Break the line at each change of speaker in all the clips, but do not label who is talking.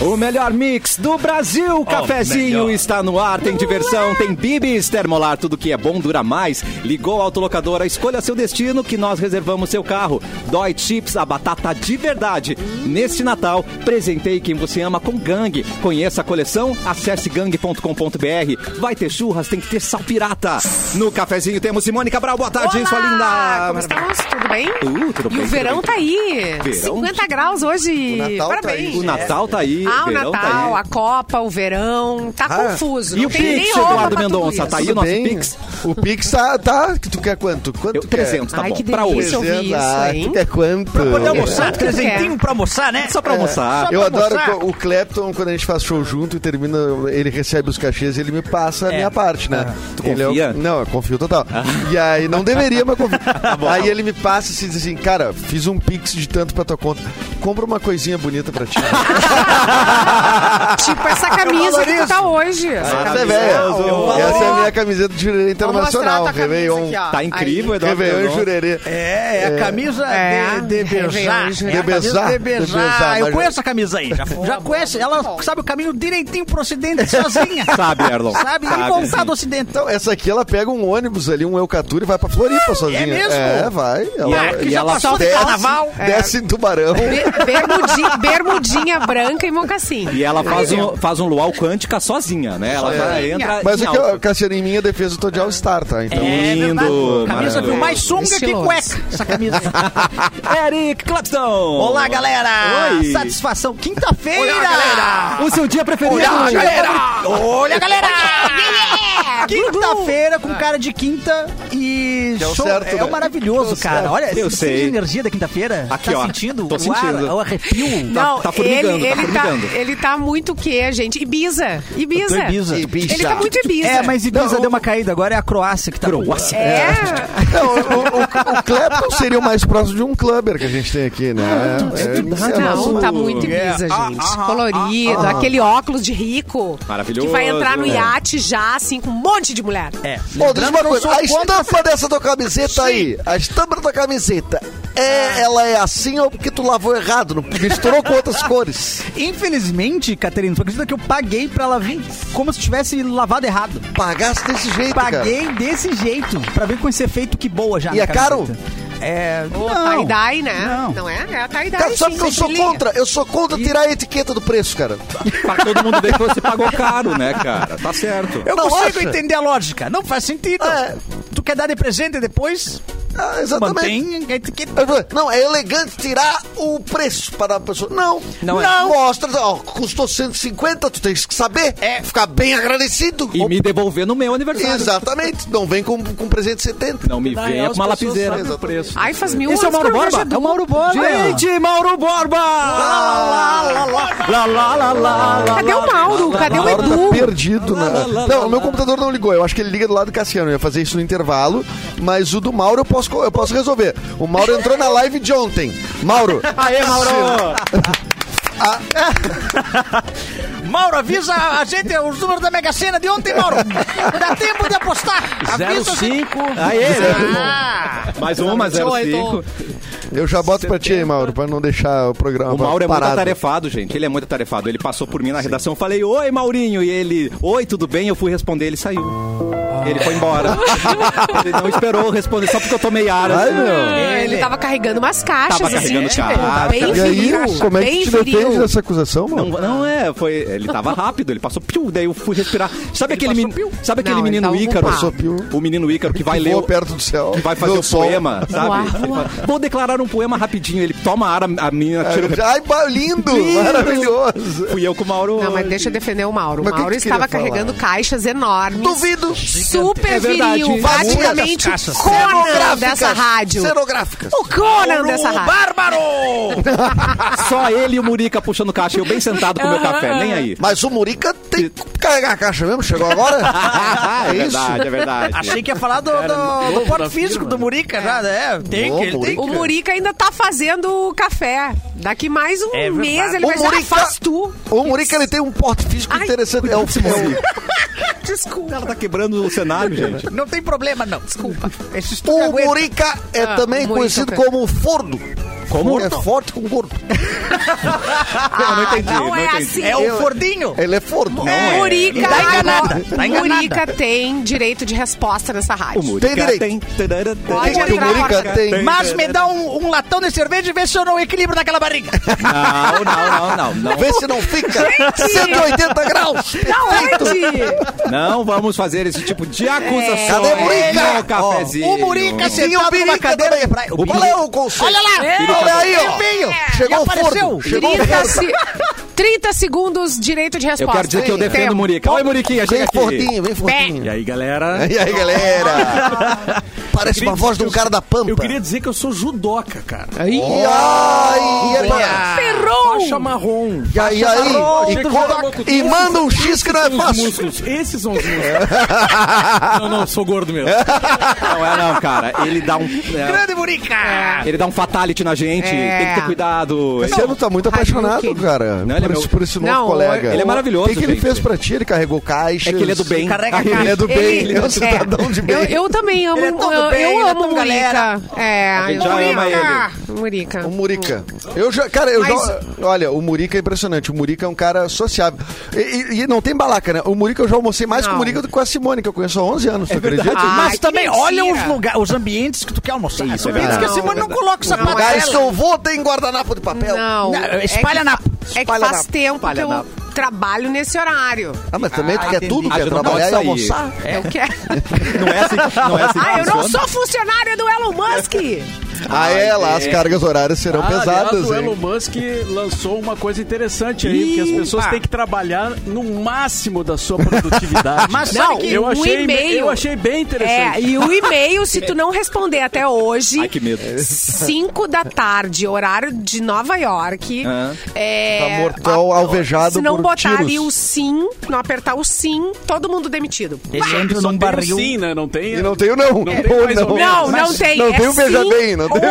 O melhor mix do Brasil. Cafezinho
melhor.
está no ar. Tem diversão, tem bibis, termolar, tudo que é bom dura mais. Ligou a autolocadora, escolha seu destino que nós reservamos seu carro. Dói Chips, a batata de verdade. Neste Natal, presenteie quem você ama com gangue. Conheça a coleção, acesse gangue.com.br. Vai ter churras, tem que ter sal pirata. No cafezinho temos Simone Cabral. Boa tarde,
Olá,
sua linda.
Como estamos? Tudo bem?
Uh, tudo
e
bem,
o verão
tudo bem.
tá aí.
Verão?
50 graus hoje.
O Natal tá
Parabéns.
aí.
O Natal tá aí.
Ah, o
verão
Natal,
tá aí.
a Copa, o verão. Tá
Ah,
confuso.
E
não
o
tem nem
Pix,
roupa
Eduardo
pra tudo
Mendonça,
isso.
tá aí o
Tudo
nosso
bem?
Pix?
O Pix tá, tá. Tu quer quanto? Quanto
Eu,
tu
300, tá
Ai,
bom.
que
pra hoje.
delícia ouvir isso,
ah,
hein?
tu quer quanto?
Poder almoçar,
Quanto que é?
trezentinho pra almoçar, né?
Só pra almoçar.
Eu
pra
adoro
almoçar.
co- o Clapton, quando a gente faz show junto e termina, ele recebe os cachês e ele me passa a minha parte, né?
Tu
Ele é o-
confia?
não, eu confio total. E aí, não deveria, mas confio. aí ele me passa e se diz assim, cara, fiz um pix de tanto pra tua conta. Compra uma coisinha bonita pra ti.
Tipo essa camisa que tu tá hoje. Essa
Essa é
camisa.
velha.
eu
Essa é a
valor.
minha camiseta de jurerê
Vou mostrar
internacional.
tua camisa
Réveillon.
aqui, ó.
Tá incrível,
Aí.
Eduardo.
Réveillon
Mendonça.
jurerê.
É, é a camisa
É, né?
de, de
Réveillon,
beijar.
gente.
É a
De
camisa
beijar,
de
de beijar,
beijar. Eu
mas-
conheço essa camisa aí. Já, já conhece. Ela sabe o caminho direitinho pro ocidente, sozinha.
Sabe, Erlon.
Sabe? E voltar do ocidente.
Então, essa aqui ela pega um ônibus ali, um Eucatur e vai pra Floripa sozinha.
mesmo?
É, vai. Ela,
Ah, que
e
já
ela
passou do
desce,
carnaval. É.
desce em Tubarão.
Be- bermudi- bermudinha branca e mocassim.
E ela faz um, faz um luau quântica sozinha, né? Ela vai, entra
Mas
em
o que,
alta.
eu- Cassiano, em minha defesa, eu tô de All-Star, tá? Então,
É verdade.
Lindo,
Camisa viu
maravilhoso.
mais sunga
Estiloso.
que cueca. Essa camisa.
Eric Clapton!
Olá, galera.
Oi.
Satisfação. Quinta-feira.
Olá, galera! O seu dia preferido!
Olha, galera! Olha, galera! Quinta-feira com cara de quinta e
Deu
show.
certo,
é
né?
o maravilhoso,
Deu
cara.
certo.
Olha,
Eu
você
sei.
sente a energia da quinta-feira?
Aqui,
tá
ó.
sentindo?
Tô
o
sentindo.
Ar, o arrepio?
Tá- tá formigando,
ele,
tá
ele,
formigando.
ele tá muito que, gente? Ibiza. Ibiza.
Eu tô Ibiza.
Ele tá muito Ibiza.
É, mas Ibiza
Não,
deu
o-
uma caída. Agora é a Croácia que tá...
Croácia.
É.
Não, o, o, o Clapton seria o mais próximo de um clubber que a gente tem aqui, né?
Ah,
É, é, é
Não,
nosso-
tá muito
é,
Yeah.
Ibiza,
Ah,
gente.
ah, ah,
Colorido, aquele óculos de rico.
Maravilhoso,
Que vai entrar no
né?
iate já, assim, com um monte de mulher.
É.
Ô, diz
Lembrando
uma
que eu
coisa,
sou
a
contra-
estampa dessa tua camiseta aí, a estampa da tua camiseta, é, ela é assim ou porque tu lavou errado, não- misturou com outras cores?
Infelizmente, Caterina, tu acredita que eu paguei pra ela vir como se tivesse lavado errado.
Pagasse desse jeito, Tá, cara.
Paguei desse jeito, pra vir com esse efeito que boa já.
E
na
é caro?
camiseta. É...
Ou
não.
tie-dye, né?
Não.
é? É a tie-dye.
Cara, sabe
sim,
que eu
se
sou
liga.
contra? Eu sou contra tirar a etiqueta do preço, cara.
ah. Pra todo mundo ver que você pagou caro, né, cara? Tá certo.
Eu
Não
consigo
acha?
entender a lógica. Não faz sentido.
É.
Tu quer dar de presente depois?
Ah,
Mantém a etiqueta.
Não, é elegante tirar o preço para a pessoa. Não,
Não é.
Mostra, ó, custou 150, tu tens que saber. É. Ficar bem agradecido.
E me devolver no meu aniversário.
Exatamente. Não vem com, com presente 70.
Não me
Na
venha
real,
com
as
uma
pessoas
lapiseira.
sabem
o preço.
Ai, faz mil
Esse é o
anos que eu
Mauro
não
Borba?
vejo
É o Mauro Borba.
Gente,
é.
Mauro Borba! Lá, lá, lá, lá, lá,
Cadê
lá,
o Mauro?
lá,
Cadê
lá,
o
lá, lá,
Mauro tá
Edu?
perdido, né?
Lá, lá, lá,
Não,
lá,
o meu
lá.
computador não ligou. Eu acho que ele liga do lado do Cassiano. Eu ia fazer isso no intervalo, mas o do Mauro eu posso, co- eu posso resolver. O Mauro entrou na live de ontem. Mauro.
Aê, Mauro!
Ah.
Mauro, avisa a gente os números da Mega Sena de ontem, Mauro. Dá tempo de apostar. Avisa a gente.
05.
Aê, né?
Ah,
Mais uma,
Então,
05.
Eu já boto pra ti, aí, Mauro, pra não deixar o programa
O Mauro é muito
parado.
atarefado, gente. Ele é muito atarefado. Ele passou por mim na redação. Eu falei, oi, Maurinho. E ele, oi, tudo bem? Eu fui responder, ele saiu.
Ah.
Ele foi embora. ele não esperou eu responder, só porque eu tomei ar.
Ai,
assim.
meu.
Ah, Ele tava carregando umas caixas,
Tava
assim,
carregando
tipo,
caixa.
bem
E aí,
viril.
como é que
bem
tu te defende
viril.
dessa acusação,
Não,
mano?
não é, foi. Ele tava rápido, ele passou piu, daí eu fui respirar. Sabe aquele,
passou
meni-
piu?
sabe aquele
Não, ele
menino
tava
Ícaro?
ocupado.
Passou piu.
O menino Ícaro que vai
Que
ler.
voa
o-
perto do céu.
Que vai fazer
Meu
o
sol.
poema,
Uau,
sabe? Ele
uau.
fala, Vou declarar um poema rapidinho. Ele toma ar, a, a menina tira o
Ai, ba- lindo,
Lindo.
É, maravilhoso.
Fui eu com o Mauro.
Não, mas deixa eu defender o Mauro. O
Mas o que
Mauro
que tu
estava
queria falar?
carregendo caixas enormes.
Duvido.
Super
É verdade.
viril,
Vamos
praticamente
das caixas.
o Conan
Cenográficas.
dessa rádio.
Cenográficas.
O Conan
Mauro
dessa rádio.
Bárbaro!
Só ele e o Murica puxando caixa. Eu bem sentado com o meu café, nem aí.
Mas o Murica tem que carregar a caixa mesmo, chegou agora?
é verdade, é verdade.
Achei que ia falar do,
um
do, do porte físico do Murica. Já, né? Tem
Ô,
que, ele tem
Murica.
O Murica ainda tá fazendo o café. Daqui mais um
É verdade.
mês ele
O
vai dizer, ah,
Murica-
faz tu.
O Murica ele tem um porte físico
Ai.
interessante. É o, é o-
Desculpa.
Ela tá quebrando o cenário, gente.
Não tem problema, não. Desculpa. Esse estúdio
O
aguenta.
Murica é
Ah,
também
Murica,
conhecido
ok.
como forno.
Como?
É forte com gordo.
Eu não entendi,
não
não
é
entendi.
assim.
É o Fordinho.
Ele é forno.
é.
Murica,
Tá enganada, tá enganada.
Murica tem direito de resposta nessa rádio.
O Murica
Tem direito.
tarara,
Pode
tem-
O que o
entrar,
Murica
Maraca.
tem.
Mas me dá um, um latão de cerveja e vê se eu não equilibro naquela barriga.
Não, não, não, não. Não,
Vê se não fica 180 graus.
Aonde?
Não vamos fazer esse tipo de acusação.
Cadê o Murica?
No cafezinho.
O Murica
E o
sentado numa
Murica
cadeira de
também.
praia. O
Qual é o conceito?
Olha lá!
tá
Olha tá aí, ó.
Veio.
Chegou o
apareceu.
forno. Chegou o
30,
forno.
É. se... 30 segundos, direito de
Eu
resposta.
quero dizer que eu
Tempo.
defendo o Murica. Oi, Muriquinha, chega
Vem
aqui.
fortinho, vem
E
fortinho.
aí, galera?
E aí, galera? Parece uma voz de um cara da Pampa.
Eu queria dizer que eu sou judoca, cara.
E aí, é pra-
Ferrou!
Faixa marrom.
e aí, e aí,
Achei
e,
que eu
cobra-
tava com-
e manda um X que não é
Esses são os
fácil.
músculos. Esses são os músculos. não, não, sou gordo mesmo.
Não é não, cara. Ele dá um... é,
Grande Murica!
ele dá um fatality na gente.
É.
Tem que ter cuidado.
Esse ano tá muito apaixonado,
Hadouken.
cara.
é Não, ele é
por,
meu-
esse, por esse novo
Não,
colega.
ele é maravilhoso,
O que, que ele
gente.
fez pra ti? Ele carregou caixas.
É que ele é do bem.
Carrega
Ah, ele-
caixa.
Ele é do bem. Ele, é um
é.
cidadão de bem.
Eu, eu também amo.
Ele é todo
eu
bem,
eu
ele é
amo
todo
Murica.
galera.
É,
A gente já ama
Murica. Murica.
O Murica. Eu já, cara, eu
Mas-
já. Olha, o Murica é impressionante. O Murica é um cara sociável. E, e- e não tem balaca, né? O Murica eu já almocei mais com o
Não.
Murica do que com a Simone, que eu conheço há 11 anos. É verdade.
Ai,
Mas
Ah, que
também,
mentira.
olha os, lugar, os ambientes que tu quer almoçar.
Isso, é
Os ambientes
verdade.
que a Simone Ah, não,
Não, é
coloca o sapato
Lugares que
dela.
eu vou tem guardanapo de papel.
Não.
Não,
é que-
espalha na-
É que
espalha
faz
na-
tempo que
espalha
eu
na-
trabalho nesse horário.
Ah, mas também tu
Ah,
quer
entendi.
tudo,
Ah,
quer
tu não
trabalhar e
pode sair.
almoçar.
Eu quero.
Não é assim, não é assim que
Ah, eu não
funciona.
sou funcionário do Elon Musk!
Ah, é, lá as cargas horárias serão
Ah, aliás,
pesadas,
o Elon
hein?
Musk lançou uma coisa interessante aí, que as pessoas têm que trabalhar no máximo da sua produtividade.
Mas
Não,
sabe que
eu
um
achei,
e-mail.
eu achei bem interessante.
É, e o e-mail, se tu não responder até hoje,
Ai, que medo.
5 da tarde, horário de Nova York.
Ah.
É,
Tá mortal, alvejado
se não
por
botar
tiros.
ali o sim, não apertar o sim, todo mundo demitido.
Ele entra
Só
num
tem
barril.
sim, né? Não tem.
E não tem o não.
Não tem
Ou
mais ou menos.
Não,
Mas
não tem.
Não
é
tem o veja
sim
bem, não tem.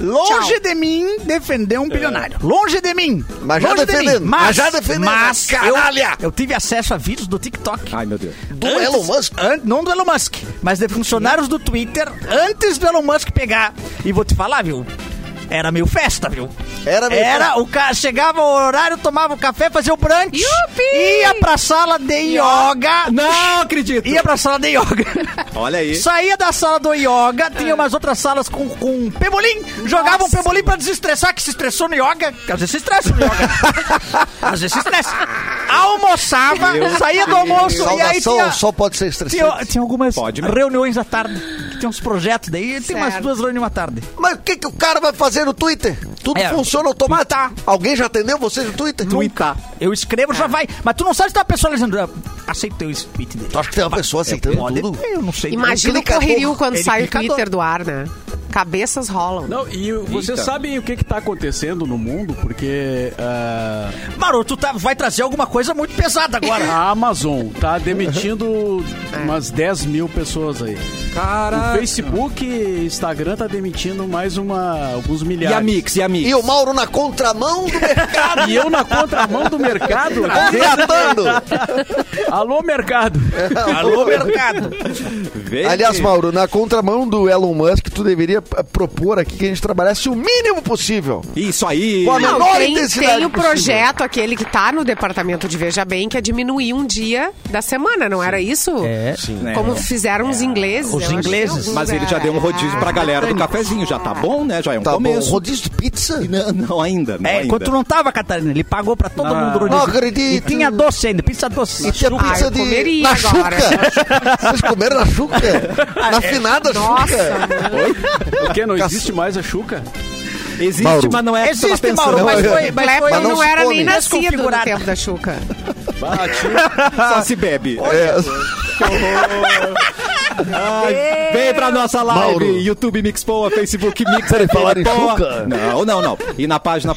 Longe de mim defender um bilionário. Longe de mim.
Mas já
Longe de mim.
defendendo,
Mas,
mas já defendendo.
Mas
Caralha!
Eu, eu tive acesso a vídeos do TikTok.
Ai, meu Deus.
Do Elon Musk.
an- não do Elon Musk, mas de funcionários do Twitter antes do Elon Musk pegar. E vou te falar, viu? Era meio festa, viu?
Era meio
Era,
assim.
o cara chegava ao horário, tomava o café, fazia o brunch.
Yupi!
Ia pra sala de yoga.
Não acredito.
Ia pra sala de yoga.
Olha aí.
Saía da sala do yoga, tinha umas outras salas com, com um pebolim. Jogava um pebolim pra desestressar, que se estressou no yoga. que Às vezes se estressa no yoga. Às vezes se estressa. Almoçava, saía do almoço e aí
Saudação
tinha...
só pode ser estressante.
Tinha, tinha algumas
Pode né? mesmo.
reuniões à tarde. que Tinha uns projetos daí. Tem umas
Certo.
duas reuniões à tarde.
Mas o que, que o cara vai fazer no Twitter? Tudo
É.
funciona automático. Alguém já atendeu vocês no Twitter?
Tuita.
Eu escrevo, já vai. Mas tu não sabe se tem uma pessoa dizendo... "Ah, Aceitei o tweet dele.
Tu acha que tem uma
É,
pessoa aceitando
Pode-
tudo?
Eu não sei.
Imagina o
Clicador.
correrio quando
Ele
sai o
clicador.
Twitter do ar, né? Cabeças rolam.
Não, e vocês
Eita.
sabem o que está acontecendo no mundo, porque ah,
Maru, tu tá- vai trazer alguma coisa muito pesada agora. Ah,
a Amazon tá
Uhum.
demitindo
É.
umas 10 mil pessoas aí. O
Cara.
Facebook e Instagram tá demitindo mais uma, alguns
E
milhares.
a Mix, e a Mix.
E o Mauro na contramão do mercado,
E eu na contramão do mercado.
contratando.
Alô, mercado.
Alô, mercado.
Vê
Aliás,
que-
Mauro, na contramão do Elon Musk, tu deveria eh, propor aqui que a gente trabalhasse o mínimo possível.
Isso aí.
Boa noite.
Não,
menor
tem,
intensidade
tem o
possível.
projeto, aquele que tá no departamento de Veja Bem, que é diminuir um dia da semana, não era isso?
É.
Né?
Como fizeram os ingleses.
Os
eu acho que
ingleses.
alguns é.
Mas ele já deu um rodízio pra galera do cafezinho. Já tá bom, né? Já é um
Tá bom,
começo.
Rodízio de pizza?
Não, não ainda. Não
É,
ainda.
enquanto não tava, Catarina, ele pagou pra todo
Ah.
mundo o
Não
rodízio. E
acredito.
tinha doce ainda, pizza doce.
E tinha
Ah,
pizza
eu
de...
comeria
Na
agora.
chuca. Vocês comeram na chuca? Na finada chuca.
É. Nossa, mano.
Porque não existe mais a Chuca?
Existe,
Mauro.
mas não é que
Ah, Existe,
você tá
Mauro,
pensando.
mas
Não,
foi.
Mas
Mas foi um
não,
não se
era
come.
nem nascido no
Desconfigurada.
tempo da Chuca.
Só se bebe.
É.
Ai, vem pra nossa live,
Mauro.
YouTube Mix Poa, Facebook Mix
Peraí, falaram em
Poa.
Xuca?
Não, não, não. E na página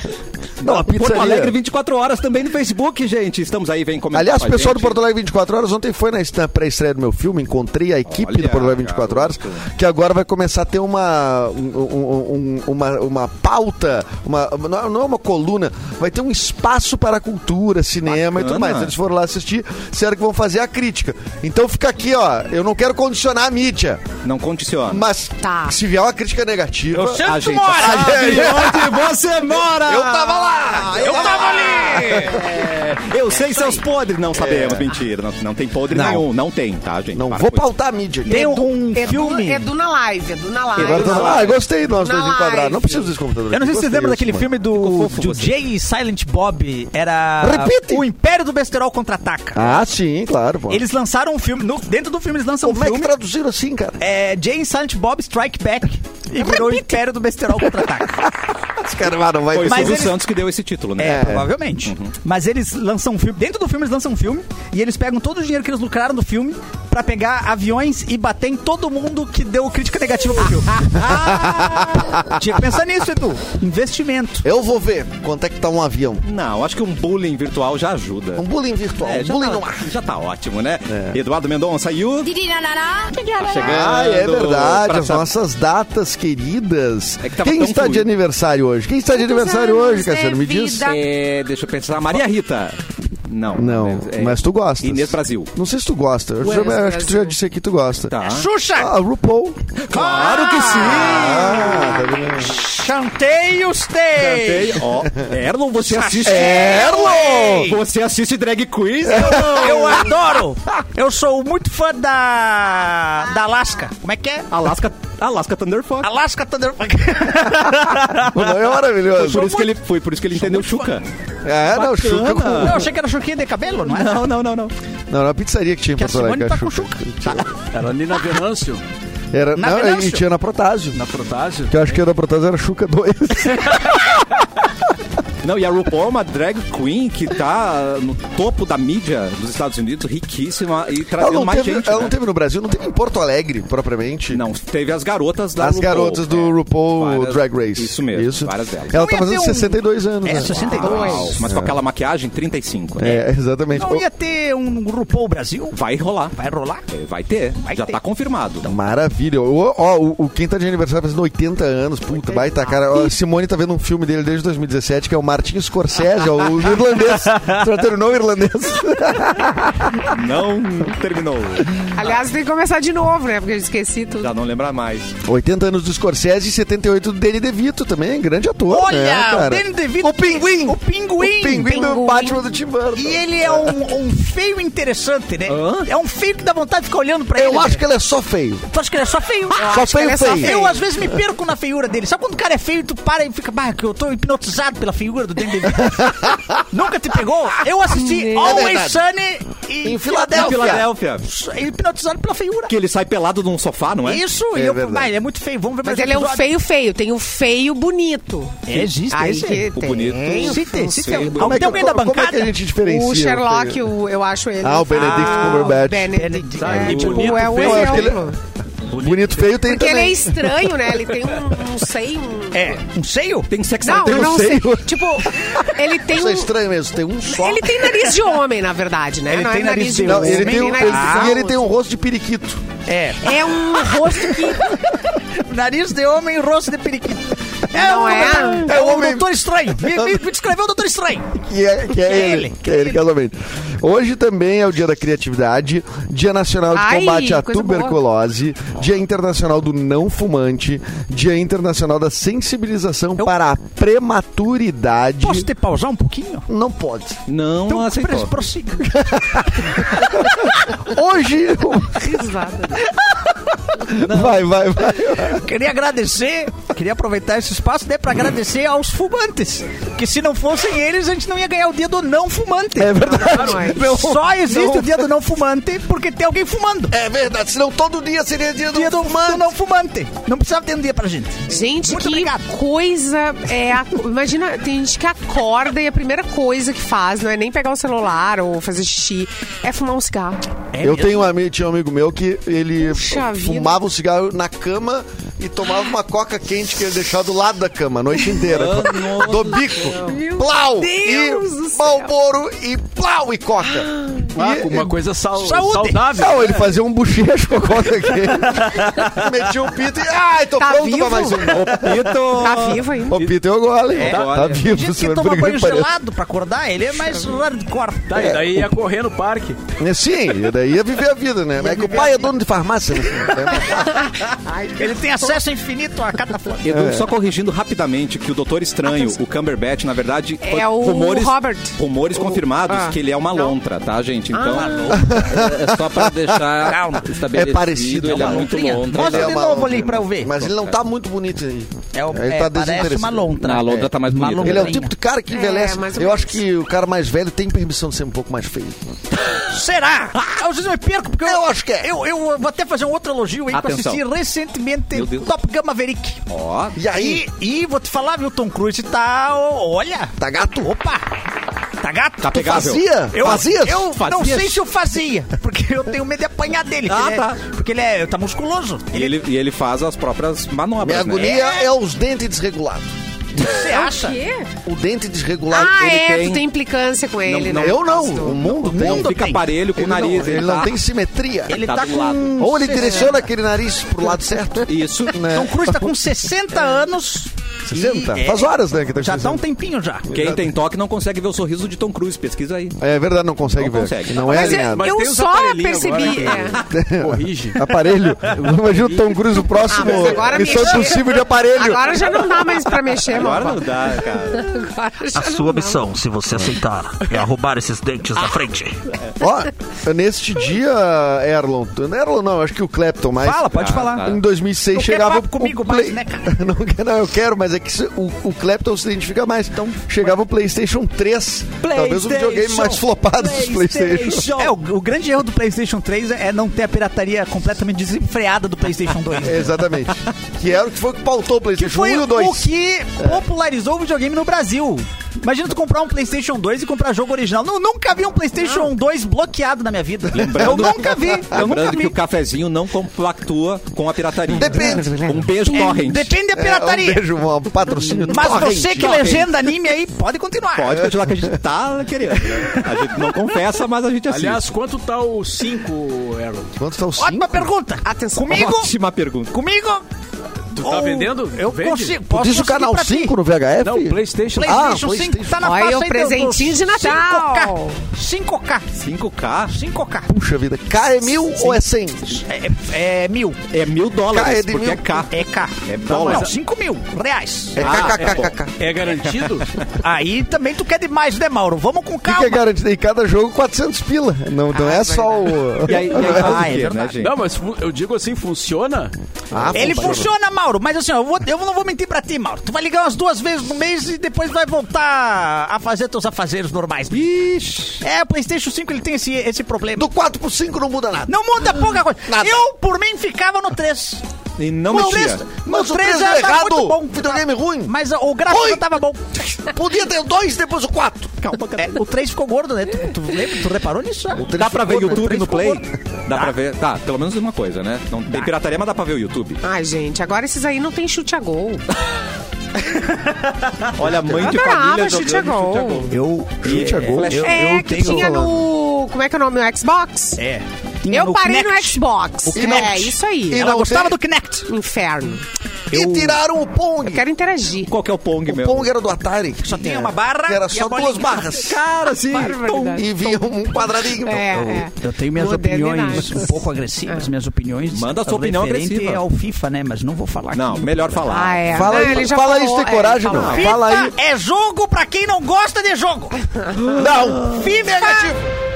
Não, a
Porto
pizzaria.
Alegre 24 horas também no Facebook, gente. Estamos aí, vem comentar.
Aliás,
com
o
a
pessoal do
gente.
Porto Alegre 24 Horas ontem foi na estampa pré-estreia do meu filme, encontrei a equipe
Olha,
do Porto Alegre 24 Horas, que agora vai começar a ter uma, um- um- um- uma, uma pauta, uma, não não é uma coluna, vai ter um espaço para a cultura, cinema e tudo
Bacana.
mais. Eles foram lá assistir, disseram que vão fazer a crítica. Então fica aqui, ó, eu não quero condicionar a mídia,
Não condiciona.
mas
Tá.
se vier uma crítica negativa...
Eu sei
A
onde tu
gente
mora.
sabe onde você mora!
Eu tava lá!
Eu
Ah.
tava ali.
Eu sei seus podres. Não sabemos, mentira. Não, não tem podre
Não.
nenhum. Não tem, tá, gente?
Não
Para
vou
com isso.
pautar a mídia. aqui.
Tem um
Edu,
filme.
Edu na live, Edu na live.
Agora eu tô- Ah, eu gostei do nosso
Na
dois enquadrados. Não
live.
preciso desse computador.
Eu não sei
aqui.
se vocês
Gostei,
lembram daquele
mano.
filme do do Jay e Silent Bob. Era.
Repite.
O Império do Besterol contra-ataca.
Ah, sim, claro, pô.
Eles lançaram um filme. no- dentro do filme, eles lançam um
Como é que
filme.
traduziram assim, cara?
É, Jay e Silent Bob Strike Back. E virou o Império do Besterol contra-ataca.
É,
Esse cara vai- não vai
Foi o
ter
Mas
Silvio
eles-
Santos que deu esse título, né?
É, provavelmente. Mas eles lançam um filme. Dentro do filme, eles lançam um filme. E eles pegam todo o dinheiro que eles lucraram do filme pra pegar aviões e bater em todo mundo que deu crítica negativa pro filme. Tinha que pensar nisso, Edu. Investimento.
Eu vou ver quanto é que tá um avião.
Não, acho que um bullying virtual já ajuda.
Um bullying virtual,
É,
um
já,
bullying
tá,
no ar.
já tá ótimo, né? Eduardo Mendonça e o... Chegando
Ah, é verdade,
pra
as
sa-
nossas datas queridas.
É que tava
Quem
tão
está de
fluido.
aniversário hoje? Quem está de
Quantos
aniversário
anos
hoje, Cassiano?
é
Me diz.
vida?
É, deixa eu pensar. Maria Rita. Não.
Não,
É,
mas tu gosta.
Inês Brasil.
Não sei se tu gosta. Eu
Ué,
já-
Inês
acho que tu já
Brasil.
disse aqui que tu gosta.
Tá.
Xuxa!
Ah, RuPaul.
Claro que sim!
Ah, tá vendo?
Chantei os teis!
Tem, ó. Erlon, você assiste...
Erlon! É.
Você assiste drag queens?
Eu adoro! Eu sou muito fã da. da Alaska. Como é que é?
Alaska, Alaska Thunder Fox.
Alaska Thunder.
O nome é maravilhoso.
Por isso que ele, foi por isso que ele entendeu Chuca.
É, não, Chuca com...
Não, eu achei que era chuquinha de cabelo, não é?
Não, não, não, não.
Não, era uma pizzaria que tinha em
Que a
Porto Alegre.
Simone tá
a
com
Xuca.
Era ali na Venâncio,
Era,
Na
não, e
Venâncio.
tinha na Protásio.
na Protásio.
Que eu acho que era Protásio, era Chuca 2.
Não, e a RuPaul é uma drag queen que tá no topo da mídia dos Estados Unidos, riquíssima e
Ela
trazendo
não,
mais
teve,
gente.
ela
né?
não teve no Brasil, não teve em Porto Alegre, propriamente.
Não, teve as garotas da
As
RuPaul.
garotas do
É,
RuPaul
várias-
Drag Race.
Isso mesmo,
Isso.
várias delas.
Ela
Não
tá
ia
fazendo
ter um-
62 anos.
É,
né?
62.
Uau, mas com aquela maquiagem, 35. né?
É, exatamente.
Não ia ter um RuPaul Brasil?
Vai rolar.
Vai rolar?
É, Vai ter.
Vai
Já
ter.
tá confirmado.
Maravilha. Ó, ó, o, o quem tá de aniversário fazendo 80 anos, puta, baita cara. Ó, Simone tá vendo um filme dele desde 2017, que é o Martin Scorsese, ó, o irlandês. Tratornou irlandês.
Não terminou.
Aliás, tem que começar de novo, né? Porque eu esqueci tudo.
Já não lembra mais.
80 anos do Scorsese e 78 do Danny DeVito também, grande ator. né,
Olha,
cara?
o Danny DeVito.
O pinguim.
O
O
pinguim.
pinguim do
Pinguim.
Batman do Tim Burton.
E ele é um, um feio interessante, né? É um feio que dá vontade de ficar olhando pra ele.
Eu acho
né?
que ele é só feio.
Tu acha que ele é só feio?
Só feio,
ele é só
feio.
Eu, às vezes, me perco na feiura dele. Sabe quando o cara é feio, tu para e fica, bah, que eu tô hipnotizado pela figura do Danny DeVito. Nunca te pegou? Eu assisti Always
É verdade.
Sunny e
Em Filadélfia.
Filadélfia.
hipnotizado pela feiura.
Que ele sai pelado num sofá, não é?
Isso,
É
e eu,
verdade.
bah, ele é muito feio, vamos ver
Mas
mais
ele é um
episódio.
feio feio, tem um feio bonito.
É, existe,
Aí
existe.
que
O
tem.
bonito.
Se tem, se tem.
Como
Como é
Alguém
que,
alguém da
como é que a
bancada?
gente diferencia?
O Sherlock, o- eu acho ele.
Ah, o Tá, Benedict Cumberbatch.
O Benedict.
Sabe,
É,
e
tipo,
bonito,
é o
feio.
Eu acho que ele-
exemplo.
Bonito, feio tem
Porque ele é
também.
estranho, né? Ele tem um, não sei, um...
É, um seio?
Tem sexo
Não, é
appeal.
eu não sei.
seio.
Tipo, ele tem
Isso é
um...
estranho mesmo, tem um só.
Ele tem nariz de homem, na verdade, né?
Ele
não
tem
é
nariz
nariz de
de
Não,
homem.
ele tem um-
nem
ele-
nariz
e ele
alto.
tem um rosto de periquito.
É.
É um rosto que...
um Nariz de homem e rosto de periquito. É
Não
um,
é?
É um doutor estranho. Me, me- me descreveu o doutor estranho.
Que é, que é ele, Que é ele, casualmente. Hoje também é o Dia da Criatividade, Dia Nacional de
Ai,
Combate à
coisa
Tuberculose, Dia Internacional do Não Fumante, Dia Internacional da Sensibilização
Eu-
para a Prematuridade.
Posso te pausar um pouquinho?
Não pode.
Não aceitou.
pres- Então, prossiga.
Hoje. Vai, vai, vai.
Queria agradecer, queria aproveitar esse espaço né, pra agradecer aos fumantes. Que se não fossem eles, a gente não ia ganhar o dia do não fumante.
É verdade.
Não, não é.
Não,
Só existe
não.
o dia do não fumante porque tem alguém fumando.
É verdade, senão todo dia seria dia do
Dia do, do não fumante. Não precisava ter um dia pra gente.
Gente,
Muito
que
obrigado.
coisa é a- Imagina, tem gente que acorda e a primeira coisa que faz não é nem pegar o celular ou fazer xixi, é fumar um cigarro.
É
eu
mesmo.
tenho um amigo, tinha um amigo meu que ele
Puxa vida.
fumava um cigarro na cama e tomava uma coca quente que ele deixava do lado da cama a noite inteira. do bico.
Meu
Plau!
Deus do
E
céu.
malboro e plau e coca.
Ah, com uma coisa sal-
Saúde.
saudável. né?
Não, ele fazia um bochecho com a coca quente. Metia o pito e. Ai, tô
Tá
pronto
vivo?
pra mais um.
Pito.
Tá vivo ainda.
O pito é o gole. Tá, tá
Olha.
vivo,
Gente que
senhor,
toma
por
banho
que pareça.
gelado pra acordar, ele é mais hardcore.
Tá, e daí ia correr no parque.
É, Sim, e daí ia viver a vida, né? É que o pai é dono de farmácia, né?
Ele tem acesso infinito a cada flor.
Edu,
É.
só corrigindo rapidamente que o Doutor Estranho, o Cumberbatch, na verdade,
É
foi
o Robert.
rumores confirmados
ah.
que ele é uma
Não.
lontra, tá,
Ah,
gente? Então,
É só pra deixar estabelecido.
É parecido,
ele
é
é
uma
muito
lontrinha.
lontra.
Mostra
ele é
de
uma-
novo ali pra eu ver.
Mas ele não tá muito bonito aí.
É, o-
Ele
é,
tá
parece uma
desinteressante.
lontra.
Não, a lontra tá mais
Uma
bonita.
Ele é o
lontrinha.
tipo de cara que envelhece.
mais ou
Eu
menos.
acho que o cara mais velho tem permissão de ser um pouco mais feio.
Será? Ah, Às vezes eu me perco, porque eu, acho que é. Eu, eu vou até fazer um outro elogio aí que eu
Atenção.
assisti recentemente
Meu Deus.
Top Gun Maverick.
ó,
E aí?
E, e vou te falar, viu, Tom Cruise tá. ó, Olha!
Tá gato?
Opa! Tá gato?
tá pegável.
Fazia?
Eu,
Fazia?
eu não
Fazias?
sei se eu fazia, porque eu tenho medo de apanhar dele.
Ah,
porque ele é-
tá.
Porque ele é, tá musculoso.
E ele, e ele faz as próprias
Minha
manobras, né?
agonia é. os dentes desregulados.
Você acha?
Quê?
O dente desregulado.
Ah,
ele
é,
tem-
tu tem implicância com ele,
não,
né?
Eu não. Um
Pastor?
O é mundo tem.
Não
mundo
Então, fica
tem.
aparelho com o
Ele não-
nariz.
ele não
tá-
tem simetria.
Ele
Tá
tá,
do lado.
com.
Ou ele
60.
direciona aquele nariz pro lado certo.
Isso.
Né?
Tom Cruise tá com 60 anos.
60?
E-
É. Faz
é,
horas, né? Que tá
Já dá um
acontecendo.
tempinho já.
Quem tem toque não consegue ver o sorriso de Tom Cruise, pesquisa aí.
É verdade, não consegue
Não
ver.
consegue.
Não é
Mas
alinhado.
eu,
Mas
eu
tem os
só
aparelhinhos
percebi.
agora,
é.
Corrige.
Aparelho. Imagina o Tom Cruise o próximo.
Ah, mas agora
Missão
mexer-
impossível de aparelho.
Agora já não dá mais pra mexer,
Agora
mano.
não dá, cara.
Agora já
A
não
sua
dá.
missão, se você aceitar, é arrombar esses dentes da frente.
Ó, neste dia, Erlon. Erlon não, acho que o Clapton, mas. tá,
Fala, pode falar.
Em 2006
Não quer
chegava
papo comigo
o play...
mais, né, cara?
não, quer- não, eu quero, mas é que se- o, o Clapton se identifica mais. Então, chegava o PlayStation 3, talvez o videogame mais flopado dos PlayStation.
É, o, o grande erro do PlayStation 3 é é não ter a pirataria completamente desenfreada do PlayStation 2.
É, Exatamente. Que era o que foi que pautou o
Que
PlayStation
foi
1 e
o,
o 2.
que popularizou o videogame no Brasil. Imagina tu comprar um PlayStation 2 e comprar jogo original. Não, nunca vi um PlayStation 2 bloqueado na minha vida. eu nunca vi.
É
Eu nunca
Lembrando que
vi.
o cafezinho não compactua com a pirataria.
Depende.
Um beijo torrent.
Depende da pirataria.
É, um beijo, um patrocínio.
Mas
torrent.
você que legenda anime aí, pode continuar.
Pode continuar que a gente tá querendo. né? A gente não confessa, mas a gente assiste.
Aliás, quanto tá o 5, Erlon?
Quanto tá o
Ótima
5?
pergunta.
Atenção.
Comigo,
Ótima pergunta.
comigo.
Tu tá
ou-
vendendo?
Eu
Vende?
consigo. Posso
Diz o
conseguir
canal
pra ti.
5 no VHF?
Não, PlayStation.
PlayStation
Ah,
5 tá na
Olha
faixa
o
aí do-
presentinho
do
de Natal.
5K.
5K
5K. 5K.
Puxa vida. K é mil ou é 100?
É, é mil.
é mil
K é
dólares,
de
porque
mil.
é K.
É K.
É
Não,
dólar.
não, 5 mil reais.
É KKKKK.
É garantido?
Aí também tu quer demais, né, Mauro? Vamos com
O que, que é
calma.
garantido? Em cada jogo, 400 pila. Não, não é só o.
E aí, e aí
Ah,
faz o
é
quê, né,
verdade.
gente?
Não, mas fu- eu digo assim, funciona?
Ah,
Ele
funciona.
funciona, Mauro, mas assim, ó, eu, vou- eu não vou mentir pra ti, Mauro. Tu vai ligar umas duas vezes no mês e depois vai voltar a fazer teus afazeres normais.
Ixi.
É, o PlayStation 5 ele tem esse, esse problema.
Do 4 pro 5 não muda nada.
Não muda pouca coisa.
Nada.
Eu, por mim, ficava no 3.
E não
No
mexia.
3, no
Mas o
3
três
já
é
tava
errado.
muito bom.
Videogame é ruim.
Mas o gráfico
Ruim.
já tava bom.
Podia ter o 2 depois o 4.
É, o 3 ficou gordo, né? Tu, tu lembra? Tu reparou nisso? né?
Dá pra ver
Ficou gordo,
YouTube
o
no Play?
três ficou gordo.
Dá pra ver. Tá, pelo menos uma coisa, né? Não tem pirataria, mas dá pra ver o YouTube.
Ai, gente, agora esses aí não tem chute a gol.
Olha, a mãe de
Adorava
família
chute
jogando
a gol.
chute a gol.
Eu.
Chute a gol. Eu,
é, que tinha
falando.
no. Como é que é o nome? O Xbox?
É.
Eu parei
Kinect.
no Xbox.
O Kinect.
é, isso aí.
E
Ela
não
gostava
tem-
do Kinect.
Inferno.
E tiraram o
Eu
Pong.
quero interagir.
Qual que é o Pong
O
mesmo?
Pong era do Atari.
Só tinha uma barra.
Que é. era
e
só
a bolinha.
duas barras.
Cara, sim.
Barbaridade.
E vinha um quadradinho.
É, é.
Eu tenho minhas
Modernidade.
opiniões um pouco agressivas, minhas opiniões.
Manda a sua opinião
referente
agressiva.
ao FIFA, né? Mas não vou falar.
Não,
aqui.
melhor falar.
Ah, é.
Fala
Não,
aí,
ele já
fala aí se
falou, é,
tem coragem,
falou.
não.
FIFA
Fala aí.
é jogo pra quem não gosta de jogo.
Não.
FIFA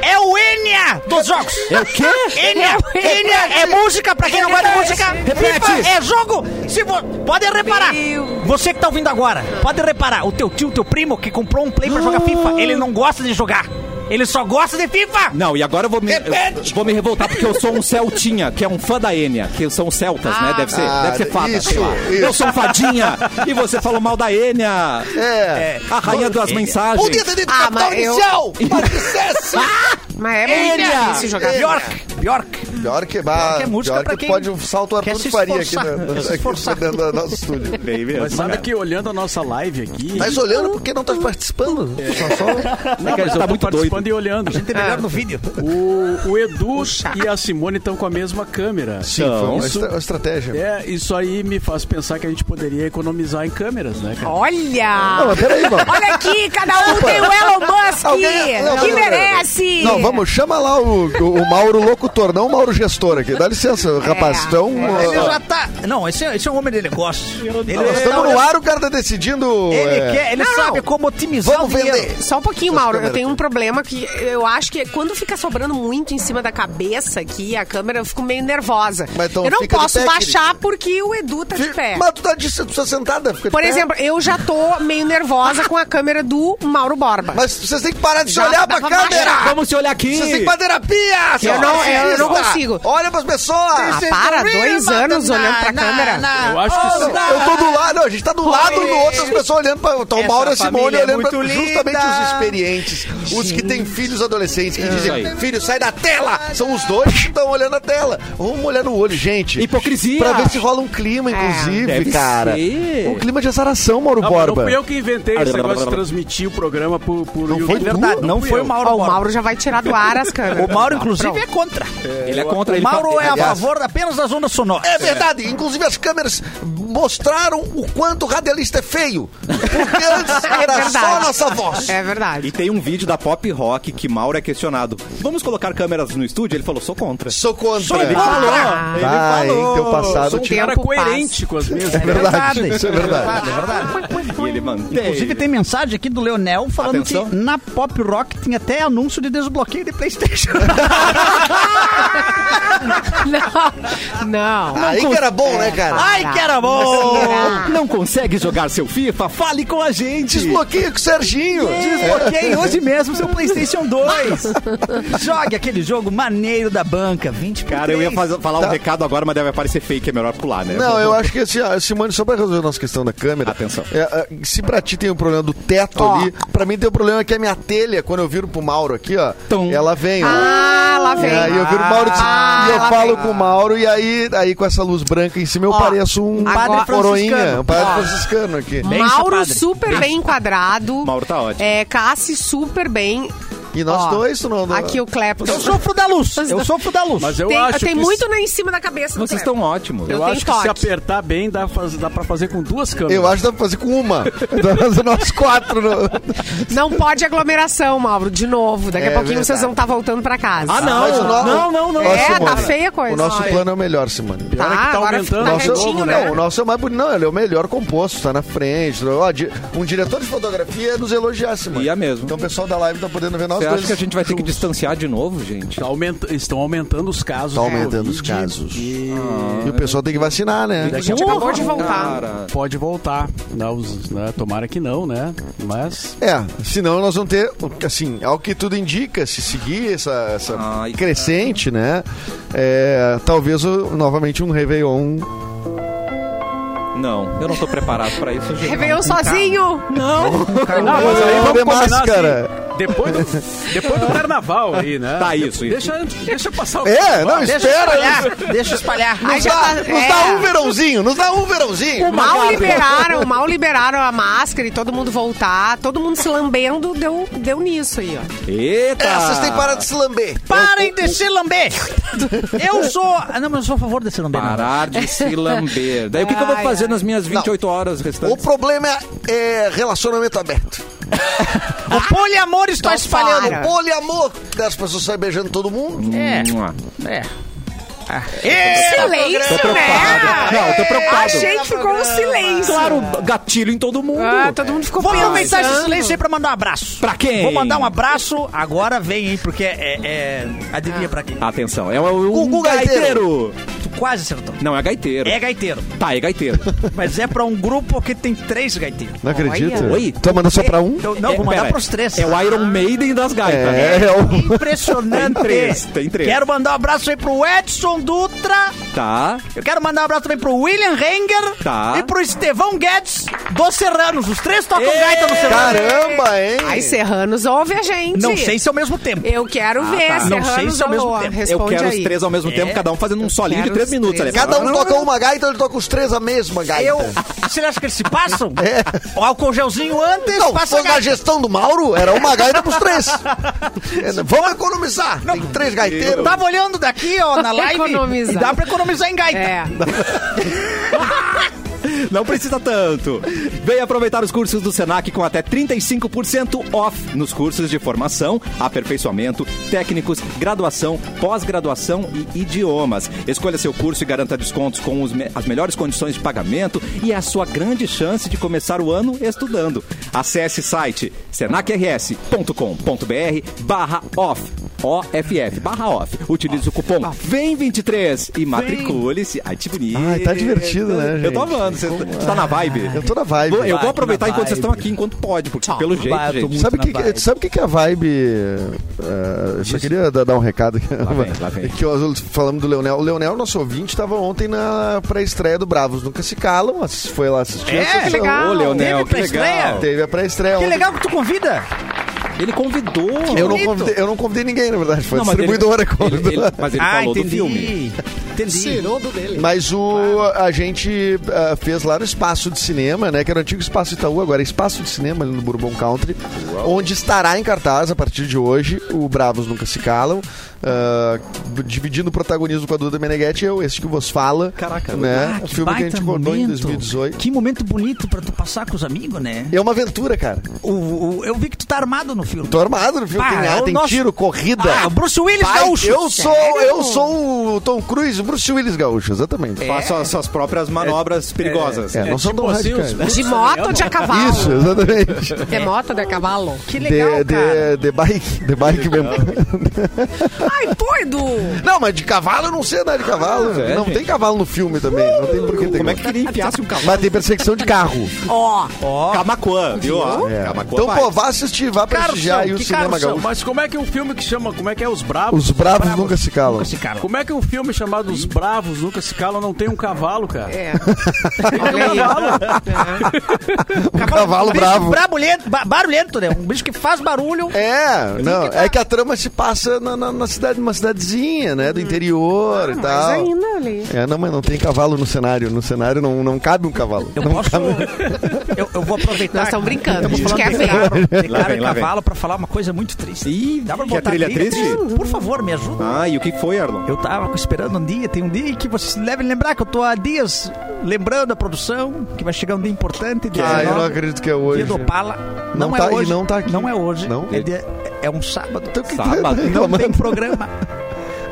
é o Enya dos jogos.
É o quê?
Enya, Enya é música pra quem não gosta de música.
Repete.
FIFA é jogo. Se vo... Pode reparar.
Meu.
Você que tá ouvindo agora, pode reparar. O teu tio, teu primo que comprou um play pra jogar FIFA, ele não gosta de jogar. Ele só gosta de FIFA.
Não, e agora eu vou me, eu vou me revoltar porque eu sou um Celtinha, que é um fã da Enya, que são celtas, né? Deve ser,
Ah,
deve ser fada,
isso,
sei lá.
isso.
Eu sou um fadinha e você falou mal da Enya,
É.
a rainha das mensagens.
Podia ter dito
Ah,
capital
mas eu-
inicial. Mas dissesse.
Mas é muito
Ele!
difícil jogar.
Bjork, Bjork.
Pior que, bah,
que é música pra
pior que
quem
pode um salto
quer
Arthur
se
de Faria aqui,
esforçar,
na,
quer se esforçar.
aqui dentro do nosso estúdio.
Bem mesmo.
Mas sabe que olhando a nossa live aqui.
Mas olhando porque não tá participando. Só, só...
Não, mas eu
tá
tô
muito
participando e olhando.
Tem
Ah.
melhor no vídeo.
O, o Edu e a Simone estão com a mesma câmera.
Sim,
Então,
foi
um
uma,
isso-
estra- uma estratégia.
É, isso aí me faz pensar que a gente poderia economizar em câmeras, né, cara?
Não,
Olha!
mas peraí, mano.
Olha aqui, cada um tem o Elon Musk!
Alguém- não,
que
não,
merece!
Não, vamos, chama lá o, o, o Mauro Locutor, não o Mauro Gestor aqui. Dá
É.
licença, rapaz. Então,
Ele
ó,
já tá. Não, esse, é- esse é um homem de negócio. Ele
nós
um
tá
estamos
é-
olhando-
no ar, o cara tá decidindo.
Ele
é,
quer, ele
Não,
sabe
não.
como otimizar
Vamos
o dinheiro.
vender.
Só um pouquinho,
Essas
Mauro. Eu
câmeras
tenho um
aqui.
problema que eu acho que quando fica sobrando muito em cima da cabeça aqui, a câmera, eu fico meio nervosa.
Mas então
eu não
fica de
posso
pé,
baixar
querida.
porque o Edu tá de pé.
Mas tu tá, de, tu tá sentada. Fica de
Por
pé.
exemplo, eu já tô meio nervosa com a câmera do Mauro Borba.
Mas vocês têm que parar de se
Já
olhar pra
dava
câmera.
mais-
Vamos se olhar aqui.
Vocês têm que pra terapia.
Eu não- eu não consigo.
Olha pras pessoas.
Ah, para, dois anos olhando pra câmera.
Eu acho que isso-
Eu tô do lado, não, a gente tá do lado do outro, as pessoas olhando pra. Tá o
Essa
Mauro e a Simone
família é
olhando pra
muito
justamente
linda.
os experientes, os que têm filhos adolescentes, que dizem, filho, sai da tela! São os dois que estão olhando a tela. Vamos olhar no olho, gente.
Hipocrisia.
Pra ver se rola um clima, inclusive,
deve
cara.
ser.
Um clima de azaração, Mauro
Não, mas não
Borba.
fui eu que inventei esse negócio de transmitir o programa por, por
Não foi tu?
Não foi o Mauro.
Ó, Ah, o
Borba.
Mauro já vai tirar do ar as câmeras.
O Mauro, inclusive, é contra.
Ele é contra
O
ele.
Mauro é a
aliás-
favor apenas das ondas sonoras.
É verdade, inclusive as câmeras mostraram o quanto o radialista é feio. Porque antes era só a
verdade.
nossa voz.
É verdade.
E tem um vídeo da Pop Rock que Mauro é questionado. Vamos colocar câmeras no estúdio? Ele falou, sou contra.
Sou contra.
Ele falou.
Ah.
ele
Ah,
falou.
em teu passado
Sou um
te-
cara
Tempo
coerente com as minhas.
É verdade,
verdade.
isso é verdade.
E ele mantém.
Inclusive, tem mensagem aqui do Leonel falando
Atenção.
que na Pop Rock tem até anúncio de desbloqueio de Playstation.
Não, não.
Aí que era bom, né, cara?
Ai, que era bom!
Não consegue jogar seu FIFA? Fale com a gente.
Desbloqueia com o Serginho.
Desbloqueei hoje mesmo seu Playstation 2. Jogue aquele jogo maneiro da banca, 20 por
Cara, eu ia
três.
faz- falar um
Tá.
recado agora, mas deve parecer fake, é melhor pular, né?
Não, eu acho que assim, ó, Simone, só pra resolver a nossa questão da câmera.
Atenção.
é, é, se pra ti tem um problema do teto ali, pra mim tem um problema que a minha telha, quando eu viro pro Mauro aqui, ó,
Tum.
ela vem, ó.
Ah, lá
E
vem.
aí eu viro o Mauro e diz-
Ah,
e eu
lá
falo
vem.
com o Mauro, e aí, aí com essa luz branca em cima eu
Ó,
pareço um
agora-
coroinha, um padre
Ó.
franciscano aqui.
Mauro
chapadre.
super bem, enquadrado.
Mauro tá ótimo.
É, Cassi super bem.
E nós
Ó,
dois, tu não. não-
Aqui o Clepton.
Eu sofro da luz. Eu sofro da luz.
Mas eu
tem
acho
tem
que
muito na em cima da cabeça do
Vocês
Clepton.
estão ótimos.
Eu
Eu
tenho
acho que se
toque.
apertar bem, dá, faz- dá pra fazer com duas câmeras.
Eu acho que dá pra fazer com uma. Dá pra fazer nós quatro. no-
Não pode aglomeração, Mauro, de novo. Daqui a
É
pouquinho vocês
verdade.
vão estar voltando pra casa.
Ah, não.
Mas o no-
Não, não, não.
o nosso
É, tá
plano-
feia a coisa.
O nosso
Ai.
plano é o melhor, Simone.
Tá,
que tá
agora
aumentando.
tá
Nossa,
retinho,
não,
né?
o nosso é o mais bonito. Não, ele é o melhor composto, tá na frente. Ó, di- um diretor de fotografia é nos elogiar, Simone.
Ia é mesmo.
Então o pessoal da live tá podendo ver nós
Você
dois.
acha que a gente vai ter que distanciar de novo, gente?
Tá aumenta- estão aumentando os casos.
Tá
de
aumentando os
Covid
casos.
E
E o pessoal tem que vacinar, né?
A
tá
gente acabou de voltar.
Cara,
pode voltar. Né, os- né, tomara que não, né? Mas.
É, senão nós vamos ter, assim, ao que tudo indica, se seguir essa, essa
Ai,
crescente, né? É, talvez o- novamente um Réveillon.
não, eu não tô preparado pra isso, gente.
Réveillon sozinho.
Não, mas aí vamos
de
combinar
máscara.
assim, depois, do, depois do carnaval aí, né?
Tá, isso, isso.
Deixa, deixa passar o
É, não,
Deixa
espera.
espalhar. Deixa espalhar.
Aí
Nos
já
dá,
tá-
nos
é.
dá um verãozinho, nos dá um verãozinho.
Mal liberaram, mal liberaram a máscara e todo mundo voltar, todo mundo se lambendo, deu, deu nisso aí, ó.
Eita!
É, vocês têm que parar de se lamber.
Parem de se lamber. Eu sou... Ah, Não, mas eu sou a favor de se lamber. não.
Parar de se lamber. Daí o que, que eu vou
Ai,
fazer
ai.
nas minhas 28 horas
O
restantes?
problema é, é relacionamento aberto.
O poliamor está
Então
Tá espalhando
espalhando.
para.
poliamor. As pessoas saem beijando todo mundo.
É.
Mua.
É.
Tô
Silêncio,
preocupado.
né?
Não, eu tô preocupado.
Achei que ficou um silêncio.
Claro, gatilho em todo mundo.
Ah, todo mundo ficou
Vou aproveitar
pensando.
esse silêncio aí pra mandar um abraço.
então. Pra quem?
Vou mandar um abraço. Agora vem, hein, porque é... é- Adivinha pra quem?
Atenção, é o um
Gugu Gaiteiro.
gaiteiro.
Quase acertou.
Não, é gaiteiro.
É gaiteiro.
Tá, é gaiteiro.
Mas é pra um grupo que tem três gaiteiros.
Não acredito.
Oi.
Tá mandando só pra um?
Então, não,
É,
vou mandar
pera,
pros três.
É o Iron Maiden das gaitas.
É, é o...
Impressionante.
Tem três, tem três.
Quero mandar um abraço aí pro Edson Dutra.
Tá.
Eu quero mandar um abraço também pro William Renger.
Tá.
E pro Estevão Guedes dos Serranos. Os três tocam gaita no Serrano.
Caramba, hein?
Aí Serranos ouve a gente.
Não sei se ao mesmo tempo.
Eu quero ver,
tá.
Não sei
Serranos
se ao mesmo
alô,
tempo. Eu
Eu
responde
quero
aí.
os três ao mesmo tempo, cada um fazendo um solinho de
quero
três
os
minutos.
três.
ali.
Cada um toca uma gaita, ele toca os três a mesma gaita. Então,
Eu, você acha que eles se passam? É. O álcool gelzinho antes,
Não,
passa
foi
a
na
gaita.
gestão do Mauro, era uma gaita pros três. É, Vamos economizar. Tem três
Eu
gaiteiros.
tava olhando daqui, ó, na live.
Economizar.
E dá pra economizar em gaita.
É.
Não precisa tanto. Venha aproveitar os cursos do Senac com até 35% off nos cursos de formação, aperfeiçoamento, técnicos, graduação, pós-graduação e idiomas. Escolha seu curso e garanta descontos com os me- as melhores condições de pagamento e é a sua grande chance de começar o ano estudando. Acesse site senacrs.com.br barra off. OFF, barra off. Utilize o cupom VEM23 e matricule-se. Ai, que bonito.
Ai, tá divertido, né,
Eu tô
gente?
amando. Você tu tá na vibe?
é? Eu tô na vibe.
Vou- eu vou aproveitar
na
enquanto vocês
vibe.
estão aqui, enquanto pode, porque pelo jeito,
Vai, eu tô
gente.
muito
Sabe o
na
que,
vibe.
que- sabe o que, que a vibe. eh, eu só queria dar dar um recado aqui.
vem, lá vem.
que nós falamos do Leonel. O Leonel, nosso ouvinte, estava ontem na pré-estreia do Bravos. Nunca se calam, mas foi lá assistir.
É,
assistiu.
Ô, Leonel,
Teve
que
pra
legal.
estreia?
Teve a pré-estreia
Que
ontem.
legal que tu convida.
Ele convidou.
Eu não,
bonito.
convidei, eu não convidei ninguém, na verdade. Foi a
Não, mas ele-
distribuidora que
ele-
convidou.
ele- mas ele falou do filme.
Ah, Entendi.
Cirodo dele.
Mas o, a gente ah, fez lá no Espaço de Cinema, né? Que era o antigo Espaço Itaú, agora é Espaço de Cinema ali no Bourbon Country. Onde estará em cartaz, a partir de hoje, o Bravos Nunca Se Calam. ah, dividindo o protagonismo com a Duda Meneghetti, eu, esse que vos fala.
Caraca,
né?
Ah,
o filme que a
baita
gente rodou em
momento.
2018.
Que momento bonito pra tu passar com os amigos, né?
É uma aventura, cara.
O, o- eu vi que tu tá armado no filme.
Tô armado no filme.
Pá,
tem
é
ar,
o
tem
nosso-
tiro, corrida.
Ah, o Bruce Willis
Pai,
gaúcho.
eu sou, eu sou o Tom Cruise, o Bruce Willis gaúcho, exatamente.
Faça as suas próprias manobras perigosas.
É, não são tão radicais.
De moto ou de a cavalo?
Isso, exatamente.
De moto ou de a cavalo?
Que
The,
legal, cara.
the, the bike, the bike mesmo.
Ai, doido!
Não, mas de cavalo eu não sei andar de cavalo.
é,
não
gente.
tem cavalo no filme também. Não tem por que ter
Como é que
cavalo.
ele enfiasse um cavalo?
Mas tem perseguição de carro.
Ó,
Camacuã, viu? ó?
É.
Camacuã
Então,
vai.
pô, vá assistir, vá prestigiar aí o
que
cinema
Carlson?
gaúcho.
Mas como é que um filme que chama. Como é que é Os Bravos?
Os bravos nunca se calam.
Esse cara.
Como é que um filme chamado Os Bravos Nunca Se Cala não tem um cavalo, cara?
é. Olha aí.
Um cavalo
Um bicho
bravo.
brabulhento, ba- barulhento, né? Um bicho que faz barulho.
É, não, é que a trama se passa na, na- na cidade, numa cidadezinha, né, do interior e
Mas
tal.
ainda ali.
É, não, mas não tem cavalo no cenário. No cenário não, não cabe um cavalo.
Eu posso. eu, eu vou aproveitar.
Nós estamos brincando, a
Estamos
gente
falando
quer
um de
ver.
cavalo, de
Lá
cara
vem,
e
lá vem.
cavalo pra falar uma coisa muito triste.
Ih,
Dá pra
que a
botar
trilha triste?
Por favor, me ajuda.
Ah, e o que foi, Arlon?
Eu tava esperando um dia, tem um dia que vocês devem lembrar que eu tô há dias lembrando a produção, que vai chegar um dia importante. Dia
Ah, eu não
19,
acredito que é
Dia
hoje.
do Opala.
Não
Não,
tá-
é
e
hoje.
não tá aqui.
Não é hoje.
Não?
É, dia- é um sábado.
Então, o que que
Sábado.
tá
Não
reclamando?
tem programa.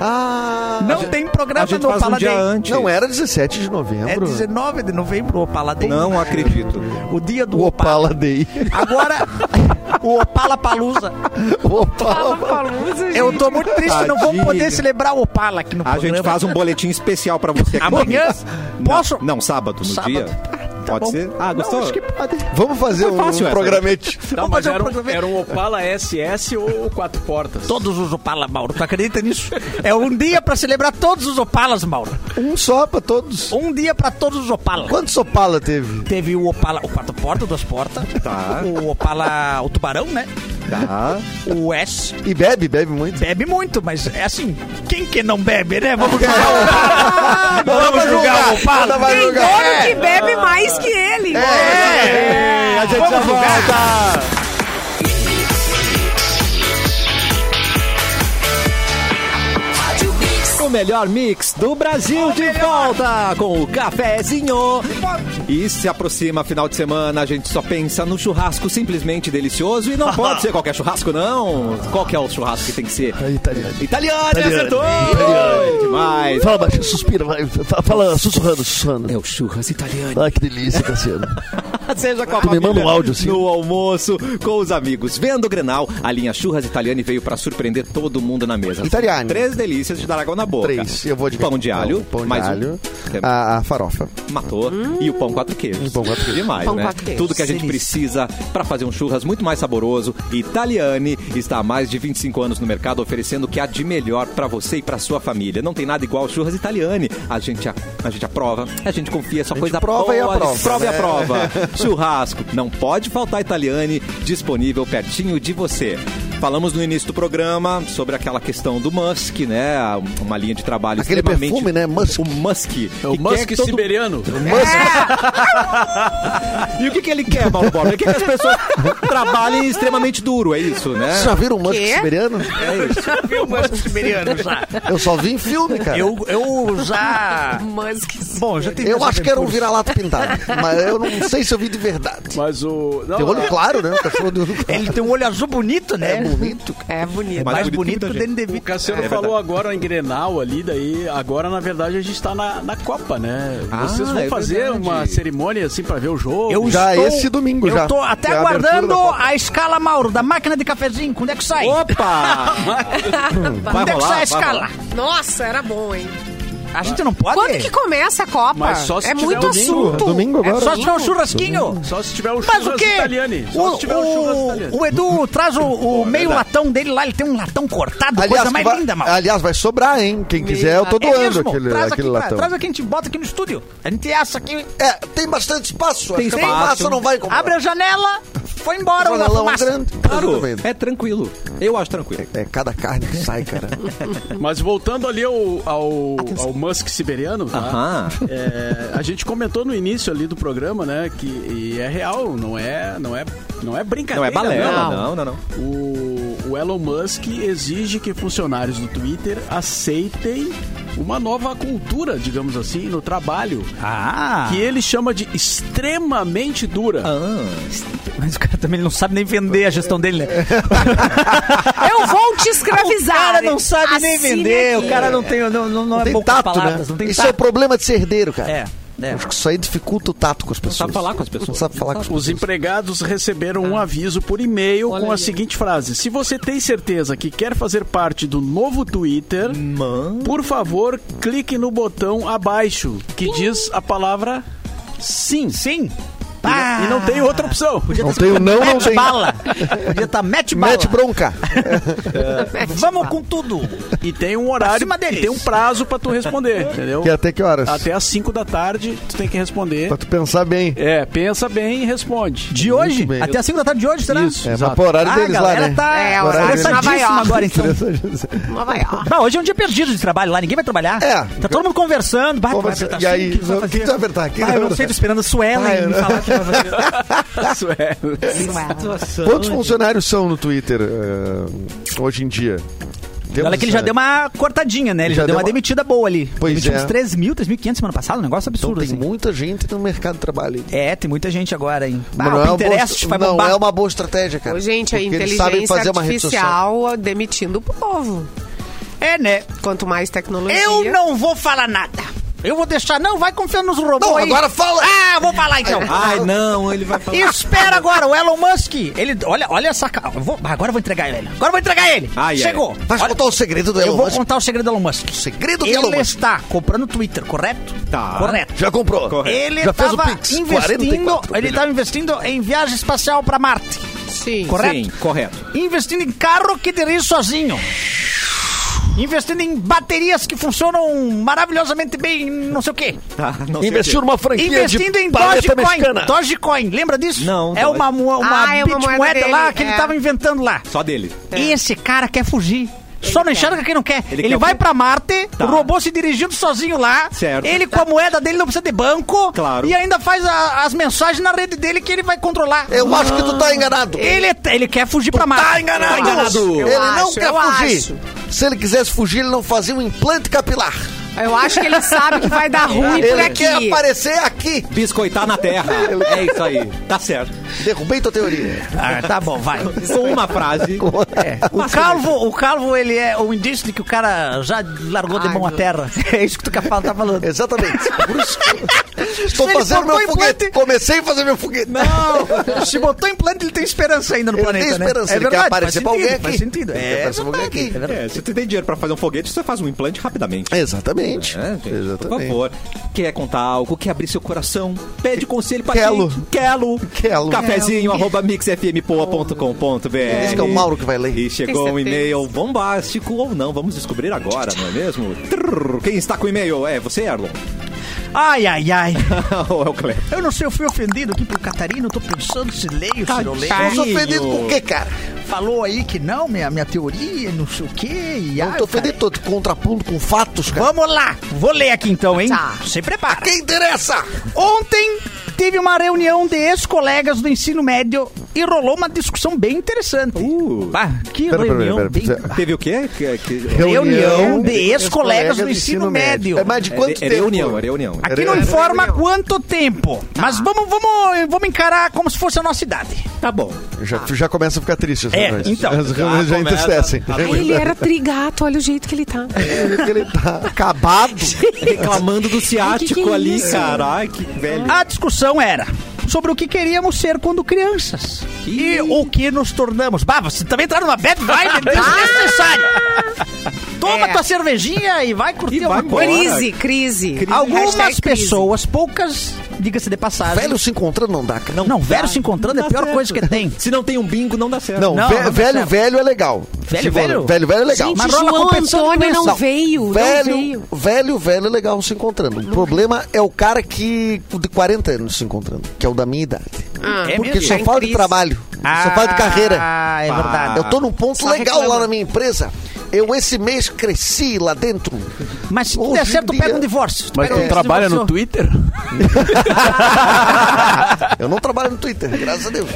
Ah,
Não tem
A
programa
gente
no
faz um
Opala
dia
Day.
antes.
não era 17 de
É
novembro.
19 de novembro o Opala Day.
Não acredito.
O dia do
O
Opala.
Opala Day.
Agora, o Opala Palusa.
O Opala.
Eu tô muito triste, não vou
Tadinho.
poder celebrar o Opala aqui no
A
programa.
gente faz um boletim especial pra você aqui.
Amanhã?
Não,
Posso?
Não, sábado, no
Sábado.
dia.
Tá
Pode
bom.
ser? Ah, gostou?
Não, acho que pode.
Vamos fazer
Foi
um,
fácil essa,
programete.
Não,
Vamos
mas
fazer um
era um,
programa.
era um Opala SS ou quatro portas?
Todos os Opala, Mauro. Tu acredita nisso? É um dia pra celebrar todos os Opalas, Mauro.
Um só pra todos.
Um dia pra todos os Opala.
Quantos Opala teve?
Teve o Opala, o quatro portas, duas portas.
Tá.
O Opala, o tubarão, né?
Tá.
O S.
E bebe, bebe muito.
Bebe muito, mas é assim, quem que não bebe, né? Vamos jogar o Opala.
Vamos julgar. Nada vai
Tem
julgar.
dono
É.
que bebe mais que ele.
É. A gente já volta.
O melhor mix do Brasil de volta com o cafezinho. E se aproxima final de semana, a gente só pensa no churrasco simplesmente delicioso e não pode ser qualquer churrasco, não. Qual que é o churrasco que tem que ser?
Aí, italiano.
Italiano,
Italiano,
acertou!
italiano.
Demais.
Fala baixo, suspira, vai. Fa- Fala sussurrando, sussurrando.
É o churras italiano.
Ah, que delícia, Cassiano.
Seja com a
Tu me
família,
manda um áudio, assim.
no almoço, com os amigos. Vendo o Grenal, a linha Churras Italiani veio para surpreender todo mundo na mesa.
Italiani.
Três delícias de dar água na boca.
três. Eu vou de
Pão de alho,
Pão, de
mais um.
alho. A, a farofa.
Matou. E o pão quatro queijos.
pão quatro queijos.
Demais,
Pão
né?
quatro queijos.
Tudo que a gente precisa para fazer um churras muito mais saboroso. Italiane está há mais de 25 anos no mercado oferecendo o que há de melhor para você e para sua família. Não tem nada igual ao churras Italiane. A gente, a, a gente aprova, a gente confia, só coisa
prova e
boa,
aprova,
Prova e
né?
aprova. Churrasco. Não pode faltar Italiane disponível pertinho de você. Falamos no início do programa sobre aquela questão do Musk, né? Uma linha de trabalho
Aquele
extremamente...
perfume, né? Musk.
O Musk.
É o
que quer
Musk
que todo-
siberiano.
É.
E o que, que ele quer, Mauro Borba? Ele quer que as pessoas trabalhem extremamente duro, é isso, né?
Vocês já viram o Musk
Quê?
siberiano?
É
Eu gosto de Meriano já.
Eu só vi em filme, cara. Eu,
Eu, eu já.
Musk.
Bom, já tem
acho que era um vira-lata pintado. mas eu não sei se eu vi de verdade.
Mas o. Não,
Tem olho claro, né? O cachorro de olho claro.
é. Ele tem um olho azul bonito, né? É bonito.
É bonito.
Mais,
Mais bonito
bonito
que
que o
muita
Danny
O
DeVito.
Cassiano falou agora em Grenal ali, daí agora na verdade a gente tá na, na Copa, né?
Ah,
Vocês vão
é
fazer
verdade.
uma cerimônia assim pra ver o jogo?
Eu
Já
estou,
esse domingo,
eu
já.
Eu tô até
É a abertura
aguardando
da Copa.
a escala, Mauro, da máquina de cafezinho. Quando é que sai?
Opa! vai
Quando é que sai a
rolar, vai
escala?
rolar.
Nossa, era bom, hein?
A gente não pode?
Quando que começa a Copa?
Mas só se
é
tiver
muito
domingo.
assunto.
Domingo
É
agora.
Só se tiver um churrasquinho.
Só se tiver o
Mas
churras
o quê?
italiani. Só se
O,
tiver um o, churras italiani.
o, o Edu traz o, o meio latão dele lá, ele tem um latão cortado, coisa mais
vai,
linda, Mauro.
aliás, vai sobrar, hein? Quem quiser, eu tô
É
doando
mesmo?
aquele,
traz
aquele
aqui, pra-
latão.
Traz aqui, a gente bota aqui no estúdio. A gente assa aqui.
É, tem bastante espaço. Tem
espaço.
não vai comprar.
Abre a janela, foi embora o
Janelão
fumaça.
grande.
Claro,
Exatamente.
é tranquilo. Eu acho tranquilo.
É cada carne que sai, cara.
Mas voltando ali ao, ao, ao Musk siberiano, tá?
Aham.
É, a gente comentou no início ali do programa, né, que e é real, não é, não é, não é
Não é
brincadeira.
balela, não, não, não.
O, o Elon Musk exige que funcionários do Twitter aceitem uma nova cultura, digamos assim, no trabalho,
Ah,
que ele chama de extremamente
Ah.
dura.
mas o cara também não sabe nem vender a gestão dele, né?
Eu vou te escravizar.
O cara não sabe nem
Assine
vender,
aqui.
o cara não tem, não, não, né? não é
tem
bom com
tato,
palavras,
né?
não tem
Isso é o
tato.
problema de ser herdeiro, cara.
É, é.
Acho que isso aí dificulta o tato com as pessoas.
sabe falar com as pessoas.
Não sabe falar com as
Os
pessoas.
empregados receberam um aviso por e-mail com a seguinte frase: Se você tem certeza que quer fazer parte do novo Twitter, por favor, clique no botão abaixo que diz a palavra sim.
Sim.
E não- E não tem outra opção.
Não tem o não, não
Mete
tem.
bala. Podia tá mete bala.
Mete bronca.
Vamos com tudo.
E tem um horário
cima deles.
e tem um prazo pra tu responder, entendeu?
Que até que horas?
Até às 5 da tarde tu tem que responder.
Pra tu pensar bem.
É, pensa bem e responde.
De hoje?
bem.
Até a segunda tarde de hoje, será?
Isso.
É, mas
exato.
pro horário
Ah, a
deles lá,
galera
né?
tá
É, o
horário
horário de Nova
estressadíssima
York.
agora, então.
Nova York.
Ah, hoje é um dia perdido de trabalho lá, ninguém vai trabalhar.
É.
Tá todo mundo conversando. Bah,
Conversa-
vai apertar
e aí,
sim, o que vai
o que
tá fazer?
tu vai apertar? O que
Ah,
vai
eu não
apertar?
sei, tô esperando a
Ah,
Suelen
eu
me
não-
falar que vai fazer.
Isso é.
Quantos funcionários são no Twitter eh, hoje em dia? Temos eh,
Olha que ele já
essa-
deu uma cortadinha, né? Ele já, deu uma demitida boa ali.
Pois
Demitiu
é.
uns 3 mil, 3.500 semana passada, um negócio
Então
absurdo,
tem
assim.
muita gente no mercado de trabalho. aí.
É, tem muita gente agora, hein? Ah,
Mas não, é
o
uma boa,
Pinterest vai
não
bombar.
é uma boa estratégia, cara.
Ô, Gente, a
Porque eles sabem
inteligência
rede social.
artificial demitindo o povo.
É, né?
Quanto mais tecnologia...
Eu não vou falar nada. Eu vou deixar... Não, vai confiando nos robôs
Não,
aí.
agora fala!
Ah, vou falar então.
Ai, não, ele vai falar.
Espera agora, o Elon Musk. Ele, olha, olha essa cara. eu vou- agora eu vou entregar ele. Agora eu vou entregar ele.
Ai, ai.
Chegou.
Vai
Olha,
contar o segredo do
eu
Elon
vou
Musk.
contar o segredo do Elon Musk. O
segredo do
ele
Elon Musk.
está comprando o Twitter, correto?
Tá.
Correto.
Já comprou.
Correto.
Ele
Já fez o
estava
Pix,
investindo,
44
ele estava investindo em viagem espacial para Marte,
Sim.
correto?
Sim, correto.
Investindo em carro que dirige sozinho. Investindo em baterias que funcionam maravilhosamente bem, não sei o quê.
Tá, não sei
Investiu
o quê.
numa franquia
Investindo
de
em
paleta
Dogecoin.
mexicana.
Dogecoin, lembra disso?
Não,
É
Doge-
uma, mo- uma
Ah, é uma
bitmoeda
moeda
lá
dele,
que ele
é.
tava inventando lá.
Só dele.
É.
Esse cara quer fugir. Só não enxerga quem não quer. Ele,
Ele quer o
vai
quê?
pra Marte,
Tá.
o robô se dirigindo sozinho lá.
Certo.
Ele com a moeda dele não precisa de banco.
Claro.
E ainda faz a- as mensagens na rede dele que ele vai controlar.
Eu acho que tu tá enganado.
Ele, ele quer fugir pra Marte.
Tá enganado.
Tá enganado.
Ele não
acho,
quer
eu
fugir. Se ele quisesse fugir, ele não fazia um implante capilar.
Eu acho que ele sabe que vai dar ruim por
ele
aqui.
quer aparecer aqui.
Biscoitar na terra. É isso aí. Tá certo.
Derrubei tua teoria.
Ah, tá bom, vai.
Com uma frase.
É. O calvo, o calvo, ele é o indício de que o cara já largou de
Ai,
mão a
meu-
terra. É isso que tu quer falar, tá falando.
Exatamente. Por isso que- Estou
ele
fazendo
botou
meu foguete.
implante-
Comecei a fazer meu foguete.
Não, se botou implante, ele tem esperança ainda no
Ele
planeta,
tem esperança,
né?
ele quer aparecer
faz
pra alguém
sentido,
aqui.
Faz sentido,
Ele quer
é
aparecer pra alguém
verdade,
aqui.
é verdade.
É, se tu tem dinheiro pra fazer um foguete, você faz um implante rapidamente.
Exatamente.
É, gente, por
Exatamente.
favor. Quer contar algo? Quer abrir seu coração? Pede conselho pra
Quelo.
gente. Quelo.
Quelo.
Cafezinho, arroba mixfmpoa.com.br.
Esse que é o Mauro que vai ler.
E chegou
Tem
um
certeza?
e-mail bombástico ou não, vamos descobrir agora, não é mesmo? Trrr, Quem está com o e-mail? É você, Erlon?
Ai, ai, ai.
ou é o Cleber?
Eu não sei, eu fui ofendido aqui pelo Catarino, tô pensando se leio, se não leio.
Carinho.
Tô ofendido com o quê, cara?
Falou aí que não, minha, minha teoria, não sei o quê. E
Não
ai,
tô ofendido, tô te contrapondo com fatos,
cara.
cara.
Vamos lá, vou ler aqui então, hein?
Tá.
Se prepara.
Quem interessa?
Ontem teve uma reunião de ex-colegas do ensino médio e rolou uma discussão bem interessante.
Uh.
Bah, que
Pera, pera,
reunião
pera,
bem...
pera, pera.
Teve o quê? Que- que-
Reunião de ex-colegas do ensino médio.
É mais de quanto
é, é
tempo?
reunião, é reunião.
Aqui não
Reunião.
informa quanto tempo, mas vamos, vamos, vamos encarar como se fosse a nossa idade.
Tá bom.
Já, já começa a ficar triste.
É,
reuniões.
então. tá
As reuniões já
começa.
entristecem.
Ah,
Ai, ele era trigato, olha o jeito que ele tá.
Ele, ele tá acabado.
Reclamando do ciático
que é
ali,
isso?
cara. Ai, que velho.
A discussão era sobre o que queríamos ser quando crianças. E o que nos tornamos. Bah, você também tá numa bad vibe desnecessária. Toma tua cervejinha e vai curtir
E vai
uma
embora.
coisa.
Crise, crise.
Algumas
Hashtag crise.
pessoas, poucas, diga-se de passagem.
Velho se encontrando não dá, cara.
não, velho se encontrando é a
dá
pior
certo.
coisa que tem.
Se não tem um bingo, não dá certo.
Não,
Não,
ve-
não dá
velho,
certo.
velho é legal.
Velho,
Se for-
velho?
Velho, velho é legal.
Gente,
Mas rola
João
competição de
Antônio não
doença.
veio,
velho,
não veio.
velho, velho é legal se encontrando. O problema é o cara que de 40 anos se encontrando, que é o da minha idade.
É
Porque
mesmo?
só
Tá em
fala de
crise.
trabalho, só fala de carreira.
Ah, é verdade.
Eu tô num ponto
Só
legal
reclama.
lá na minha empresa. Eu esse mês cresci lá dentro.
Mas se tu
Hoje
der
em
certo, tu
dia-
pega um divórcio.
Mas
pega um
tu trabalha
divórcio.
no Twitter?
Eu não trabalho no Twitter, graças a Deus.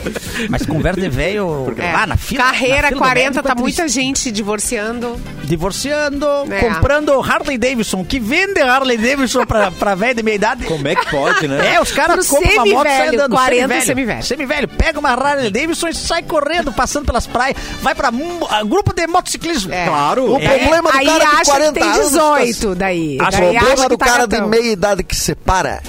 Mas conversa de velho.
É.
Lá na fila. na
Carreira
fila do
40,
médico é
tá
triste.
muita gente divorciando.
Divorciando,
É.
comprando Harley Davidson, que vende Harley Davidson pra, pra velho de meia idade.
Como é que pode, né?
É, os caras
Pro
compram uma moto e saem
semivelho,
andando.
40 semivelho.
Semivelho, pega uma Harley Davidson e sai correndo, passando pelas praias, vai pra mu- ah, grupo de motociclismo.
É.
Claro.
O problema do
Aí
cara de
acha
40
que tem
anos, tá
18 daí.
O
Daí acha
problema
que
do
tá
cara de
gatão.
meia idade que separa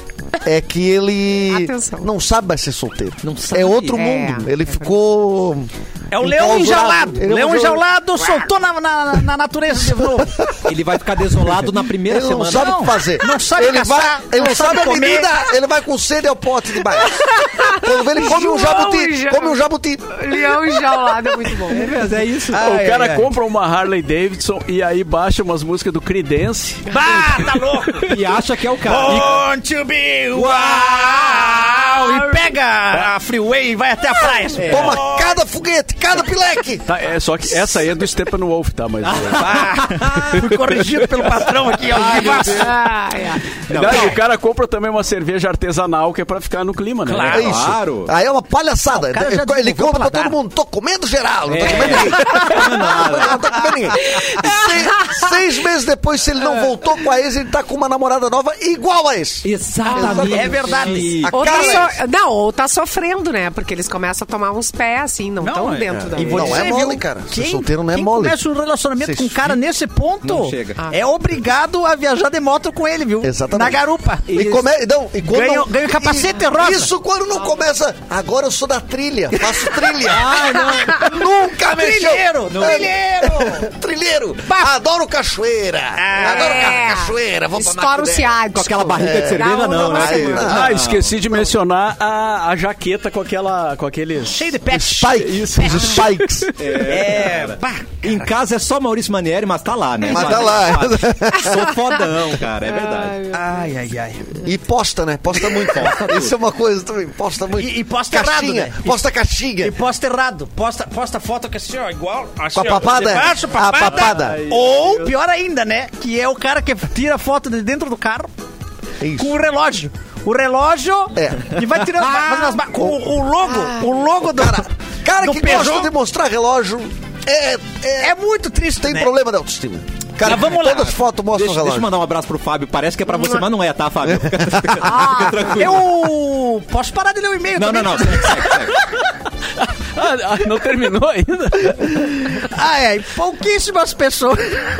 é que ele
Atenção.
não sabe mais ser solteiro.
sabe.
É outro
É,
mundo. Ele
é
ficou.
É o leão
enclausurado.
enjaulado.
Ele é um
Leão
enjaulado.
enjaulado soltou na, na, na natureza de novo.
Ele vai ficar desolado na primeira
Ele não
semana.
É. sabe o que fazer.
Não sabe
ele
caçar,
vai, Ele
não
não
sabe
sabe a
comer.
medida. Ele vai com sede ao pote de baixo. Quando vê, ele come
João
um jabuti.
já-
Come um jabuti.
Leão enjaulado é muito bom.
Mas é isso.
o cara compra uma Harley Davidson e aí baixa umas músicas do Creedence.
Bah, tá louco.
E acha que é o cara.
Want to be wow! E pega a freeway e vai até a praia.
É.
Toma cada foguete, cada pileque.
Tá, é, só que essa aí é do Stephen Wolf, tá? Mas.
Fui corrigido pelo patrão aqui, ó.
Ai, ai.
Não,
Daí
não.
o cara compra também uma cerveja artesanal que é pra ficar no clima, né?
Claro.
É isso.
Claro.
Aí é uma palhaçada.
Ah, cara já
ele
desenvolveu
conta pra
paladar.
todo mundo. Tô comendo geral. Não
É.
tô comendo ninguém. Não tô comendo ninguém. Se- Seis meses depois, se ele não voltou com a ex, ele tá com uma namorada nova igual a ex.
Exatamente.
É verdade.
A
Ou tá,
cara é essa.
so- não, ou tá sofrendo, né? Porque eles começam a tomar uns pés, assim, não
Não,
estão
é.
dentro da...
E vou
Não
dizer,
é mole,
viu,
cara. Ser
Quem,
solteiro não é
quem
mole.
começa um relacionamento com um cara nesse ponto
Não chega.
é obrigado a viajar de moto com ele, viu?
Exatamente.
Na garupa.
E, come, não, e quando
Ganha-
não-
ganha o capacete,
e-
rosa.
Isso quando não começa. Agora eu sou da trilha, faço trilha.
Ai, não.
Nunca mexeu.
Trilheiro,
Não.
trilheiro. É.
Trilheiro. Adoro cachoeira. Adoro ca- cachoeira. Vamos tomar
É. Estoura o
café.
ciático.
Com aquela barriga de cerveja,
Dá uma-
não,
dá uma
né?
semana.
querido?
Ah, esqueci de mencionar a, a jaqueta com aquela. com aqueles.
Cheio de pet.
Spike.
Isso.
Os spikes.
É, bah,
Em casa é só Maurício Manieri, mas tá lá, né?
Mas tá lá.
Sou fodão, cara, é verdade.
Ai, ai, ai.
E posta, né? Posta muito. Isso é uma coisa também. Posta muito.
E- e posta errado,
caixinha.
né?
Posta caixinha.
E posta errado. Posta, posta foto que assim, ó, igual. Assim,
Com a
ó,
papada?
debaixo,
A Né?
papada.
Ah, papada.
Ou, pior ainda, né? Que é o cara que tira foto de dentro do carro
Isso.
com o relógio. O relógio.
É. Ah.
E vai tirando. vai fazendo as ba- com o logo. O logo do.
Cara, cara
do
que
Peugeot.
gosta de mostrar relógio é, é,
É muito triste,
tem
né?
problema de autoestima. Cara,
Mas vamos lá.
todas as fotos mostram
Deixa, deixa eu
relógio.
mandar um abraço pro Fábio. Parece que é pra você, mas não é, tá, Fábio? Fica, fica tranquilo.
Eu posso parar de ler o e-mail
Não, não,
também?
não. Segue, segue, segue.
Ah, ah, não terminou ainda?
Ah, é. e Pouquíssimas pessoas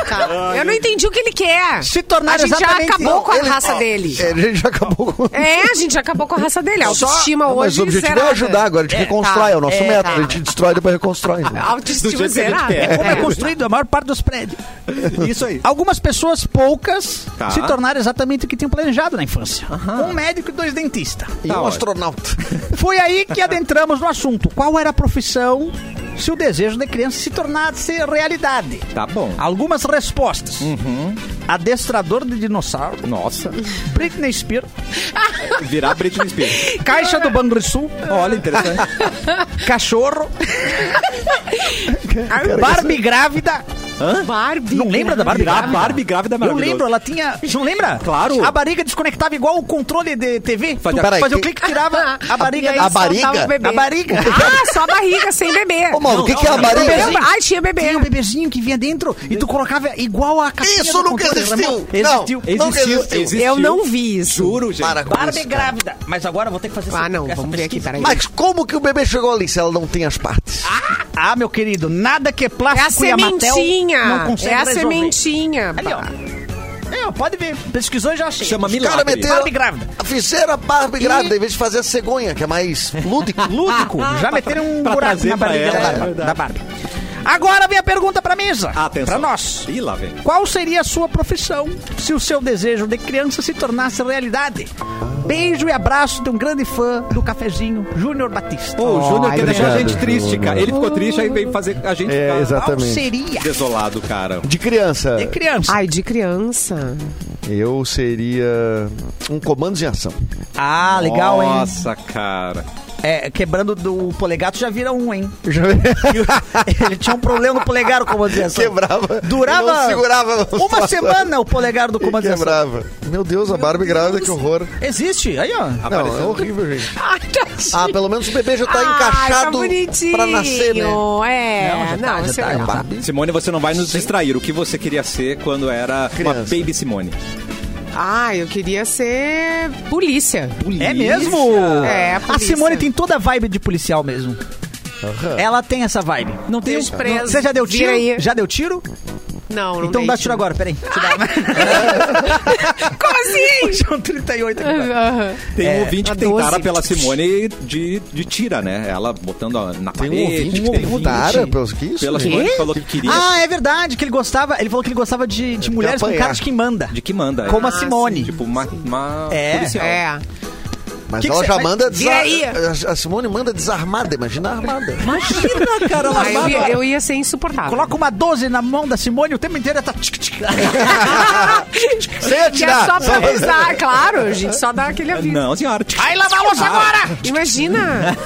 Tá. Eu não entendi o que ele quer.
se tornaram
a gente já
é exatamente...
acabou com a
Ele-
raça
ó,
dele.
é, A gente já acabou com.
É, a gente já acabou com a raça dele. A autoestima
Não,
hoje
mas o objetivo
zerada.
é ajudar agora, a gente reconstrói,
tá.
é o nosso
É,
método.
tá.
A gente destrói e depois reconstrói. entendeu?
Do jeito que
Autoestima
a gente
zerada.
quer.
Como é construído a maior parte dos prédios.
Isso aí.
Algumas pessoas, poucas,
Tá.
se tornaram exatamente o que tinham planejado na infância. Um médico e dois dentistas.
E um astronauta.
Foi aí que adentramos no assunto. Qual era a profissão se o desejo da criança se tornasse realidade?
Tá bom.
Algumas respostas.
Uhum.
Adestrador de dinossauro,
Nossa.
Britney Spears,
Virar Britney Spears.
caixa do Banrisul,
Olha, interessante.
cachorro,
é
Barbie grávida.
Barbie.
Não lembra da Barbie
Virar
grávida?
Barbie grávida é
Eu
maravilhoso.
lembro, ela tinha. Não lembra?
Claro.
A barriga desconectava igual o controle de TV. Tu
Fazia-
Peraí,
fazia o
que-
clique tirava a barriga.
E aí
A
soltava
barriga?
o bebê.
A barriga.
Ah, só a barriga, sem bebê.
Ô, Mauro, o que, que é a
Lembra?
barriga?
Ai, tinha bebê.
Tinha um bebezinho que vinha dentro e tu colocava igual a capinha
Isso
do
nunca
controle
existiu.
remoto.
Não,
Existiu.
nunca
Existiu,
existiu.
existiu.
Eu não vi isso.
Juro, gente.
Para com
Barbie
isso.
grávida. Mas agora eu vou ter que fazer
Ah,
essa-
não,
essa
vamos ver aqui,
pesquisa.
peraí.
Mas como que o bebê chegou ali se ela não tem as partes?
É Ah, meu querido, nada que
É a
plástico e a Mattel
sementinha.
não consegue
É a
resolver.
sementinha.
Ali, ó. É, ó, pode ver. Pesquisou e já achei.
Chama
Os caras
milagre.
meteram.
Barbie grávida.
Fizeram a Barbie grávida em vez de fazer a cegonha, que é mais lúdico.
Lúdico. já meteram um
pra
buraco
trazer
na
pra
barriga
ela,
da,
é
Barbie,
verdade.
da Barbie. Agora vem a pergunta pra mesa.
Atenção.
Pra nós.
Ih, lá vem.
Qual seria a sua profissão se o seu desejo de criança se tornasse realidade? Beijo e abraço de um grande fã do cafezinho, Júnior Batista.
Pô, o Júnior quer deixar a
obrigado,
gente triste,
Júnior.
cara. Ele ficou triste, aí veio fazer a gente
É,
ficar
Qual
exatamente.
seria
desolado, cara.
De criança,
de criança?
Ai, de criança.
eu seria um comando em ação.
Ah, legal, hein?
Nossa, cara.
É, quebrando do polegar, tu já vira um, hein? Ele tinha um problema no polegar, o comando de ação.
Quebrava.
Durava
Não segurava.
Uma semana o polegar do comando de ação.
Quebrava. Meu Deus, a Barbie grávida, que horror.
Existe, aí ó.
Não, é
Apareceu.
horrível, gente.
Ai, tá
Ah, pelo menos o bebê já tá
Ai, tá
encaixado
bonitinho.
pra nascer, né?
É,
Não, já
não,
tá, já
sei
tá,
lá.
já tá.
Simone, você não vai nos distrair. O que você queria ser quando era uma
Criança.
baby Simone?
Ah, eu queria ser polícia.
É mesmo?
É, a
a
polícia.
Simone tem toda a vibe de policial mesmo. Ela tem essa vibe. Não tem.
Deus preso.
Você já deu
Vira
tiro?
aí.
Já deu tiro?
Não, não
então
dei
dá tiro agora, peraí. Te dá
Como assim?
São 38 aqui. vai.
Tem um ouvinte
a
que tentara
12.
pela Simone de, de tira, né? Ela botando a- na
Tem
parede.
um ouvinte que
tem um
tentara
ouvinte
pelos- que isso,
Pela
gente?
Simone que falou que queria.
Ah, é verdade, que ele gostava. Ele falou que ele gostava de, de mulheres com
apanhar.
caras que manda.
De que manda.
Como a
Ah,
Simone.
sim, Tipo, uma, uma
É.
policial.
É.
Mas
Que que
ela
cê-
já
mas-
manda
Vira
desar-
aí.
A a Simone manda desarmada, imagina armada.
Imagina, cara,
Ah, eu, ia, eu ia ser insuportável.
Coloca uma 12 na mão da Simone o tempo inteiro ela tá. tic, tic.
Sem
E é
atirar.
só
só
pra avisar, claro. A gente só dá aquele aviso.
Não, senhora.
Vai lavar a louça agora!
Imagina.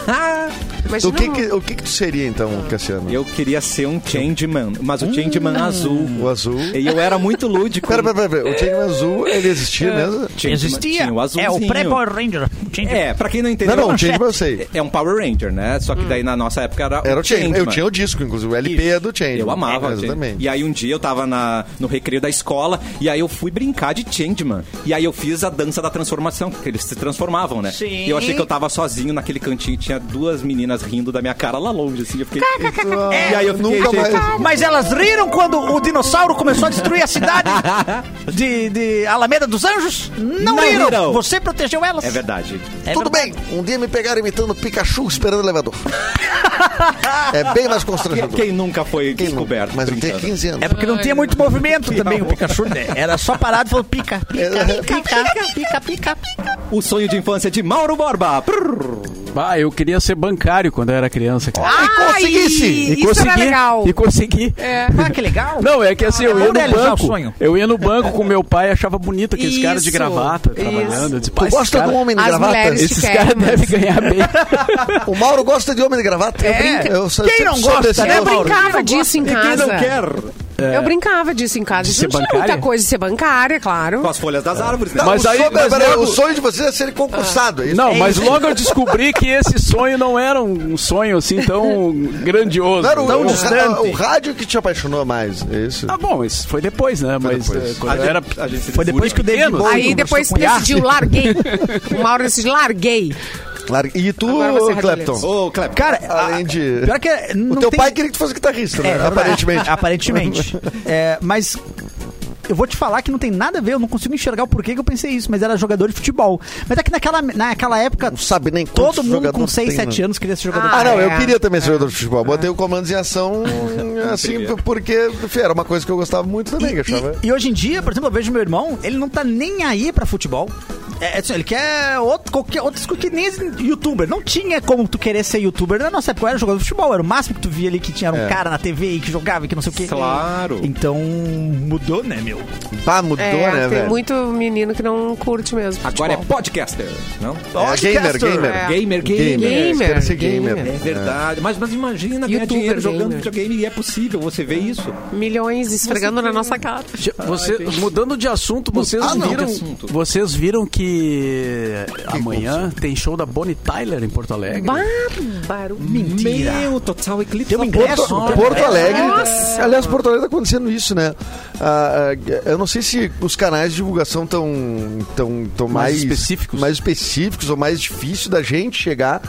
Imagina.
O que que, o que que tu seria então, Cassiano?
Eu queria ser um Changeman, mas o Changeman azul.
Hum. O azul.
E eu era muito lúdico.
Pera, pera, pera, pera. O Changeman azul, ele existia mesmo?
Changeman- Tinha o azulzinho.
É o pré-Power Ranger. Tinha-
É, pra quem não entendeu.
Não, não, o Changeman eu sei.
É um Power Ranger, né? Só
Hum.
que daí na nossa época era,
Era o Changeman. Eu tinha
o
o disco, inclusive. O LP é do Changeman.
Eu amava.
É,
o Changeman.
Exatamente.
E aí um dia eu tava na, no recreio da escola e aí eu fui brincar de Changeman. E aí eu fiz a dança da transformação, que eles se transformavam, né?
Sim.
E eu achei que eu tava sozinho naquele cantinho, tinha duas meninas rindo da minha cara lá longe, assim. Eu fiquei... e aí eu fiquei,
Nunca
gente,
mais.
Mas elas riram quando o dinossauro começou a destruir a cidade de, de Alameda dos Anjos? Não,
Não
riram.
riram.
Você protegeu elas.
É verdade.
É
Tudo
verdade.
bem, um dia me pegaram imitando Pikachu esperando o elevador. é bem mais
Quem,
constrangedor.
quem nunca foi
Quem não?
descoberto?
Mas eu tenho
brincando?
15 anos.
É porque não tinha muito movimento também o Pikachu, né? Era só parado e falou pica,
É,
pica, pica,
é
pica, pica, pica, pica.
O sonho de infância de Mauro Borba. Prrr.
Ah, eu queria ser bancário quando eu era criança, cara.
Ai,
conseguisse.
Isso era
consegui,
legal. É.
e consegui.
Ah, que legal.
Não, é que assim, eu
Vamos
ia no
realizar o
banco.
sonho.
Eu ia no banco com meu pai, achava bonito aqueles
Isso,
caras de gravata
isso.
trabalhando. Eu disse, "Pá,
Tu
esses
gosta
cara-
de um homem de
As
gravata?
mulheres-
Esses caras
Esquermas.
devem ganhar bem.
O Mauro gosta de homem de gravata?
É.
Eu sou-
Quem
sempre
não
sou
gosta,
desse
né,
Eu
Mauro?
Mauro?
brincava disso em
E quem
casa.
não quer?
Eu brincava disso em casa.
ser
Não tinha
bancária?
muita coisa de ser bancária, claro.
Com as folhas das árvores, né?
Não,
Mas
o
aí-
sonho-
mas
peraí,
logo-
o sonho de vocês é ser concursado. é isso?
Não,
É
mas
isso.
logo eu descobri que esse sonho não era um sonho assim tão grandioso,
Não era o,
tão
o-
distante.
o rádio que te apaixonou mais. É isso?
Ah, bom, isso foi depois, né? Mas
depois.
eh, quando eu era.
a gente se
Foi depois que o David
pequeno, assim,
Bowie
Aí depois
conversou com o Iá.
decidiu, larguei. O Mauro decidiu, larguei.
Claro. E tu,
Agora você é
Clapton?
Ô, Clep,
Cara,
Além
a-
de-
pior que é,
O
não
teu
tem-
pai queria que tu fosse guitarrista, né?
É, verdade.
Aparentemente.
Aparentemente. É, mas eu vou te falar que não tem nada a ver, eu não consigo enxergar o porquê que eu pensei isso, mas era jogador de futebol. Mas é que naquela, naquela época,
Não sabe nem quantos
todo mundo com
jogadores
6,
tem, né?
7 anos queria ser jogador
Ah,
de
Ah, não,
é.
eu queria também ser jogador de futebol. Botei o comandos em ação, assim, porque enfim, era uma coisa que eu gostava muito também. que eu achava...
E, e hoje em dia, por exemplo, eu vejo meu irmão, ele não tá nem aí pra futebol. É, é assim, ele quer outro, qualquer outras coisas que nem esse youtuber. Não tinha como tu querer ser youtuber na nossa época. Eu era jogador de futebol, era o máximo que tu via ali que tinha era um
É.
cara na TV e que jogava e que não sei o quê.
Claro.
Então mudou, né, meu?
Pá, mudou,
É,
né,
tem
velho?
muito menino que não curte mesmo.
agora é
futebol.
podcaster, não?
É, gamer, gamer.
É.
Gamer, gamer.
Gamer.
Gamer.
Quero ser gamer.
É verdade. Mas, mas imagina ganhar
Youtuber
dinheiro jogando
gamer.
videogame e é possível, você vê isso.
milhões esfregando na nossa cara.
Já- Você, mudando de assunto, vocês
Ah, não,
viram,
de assunto.
vocês viram que, amanhã tem show da Bonnie Tyler em Porto Alegre?
Bárbaro.
Mentira.
Meu, total eclipse.
Tem um
da
ingresso?
Terra.
Nossa.
Porto Alegre.
É Nossa.
Aliás, Porto Alegre tá acontecendo isso, né? Ah, ah, eu não sei se os canais de divulgação estão tão, tão mais,
Mais específicos.
mais específicos ou mais difícil da gente chegar.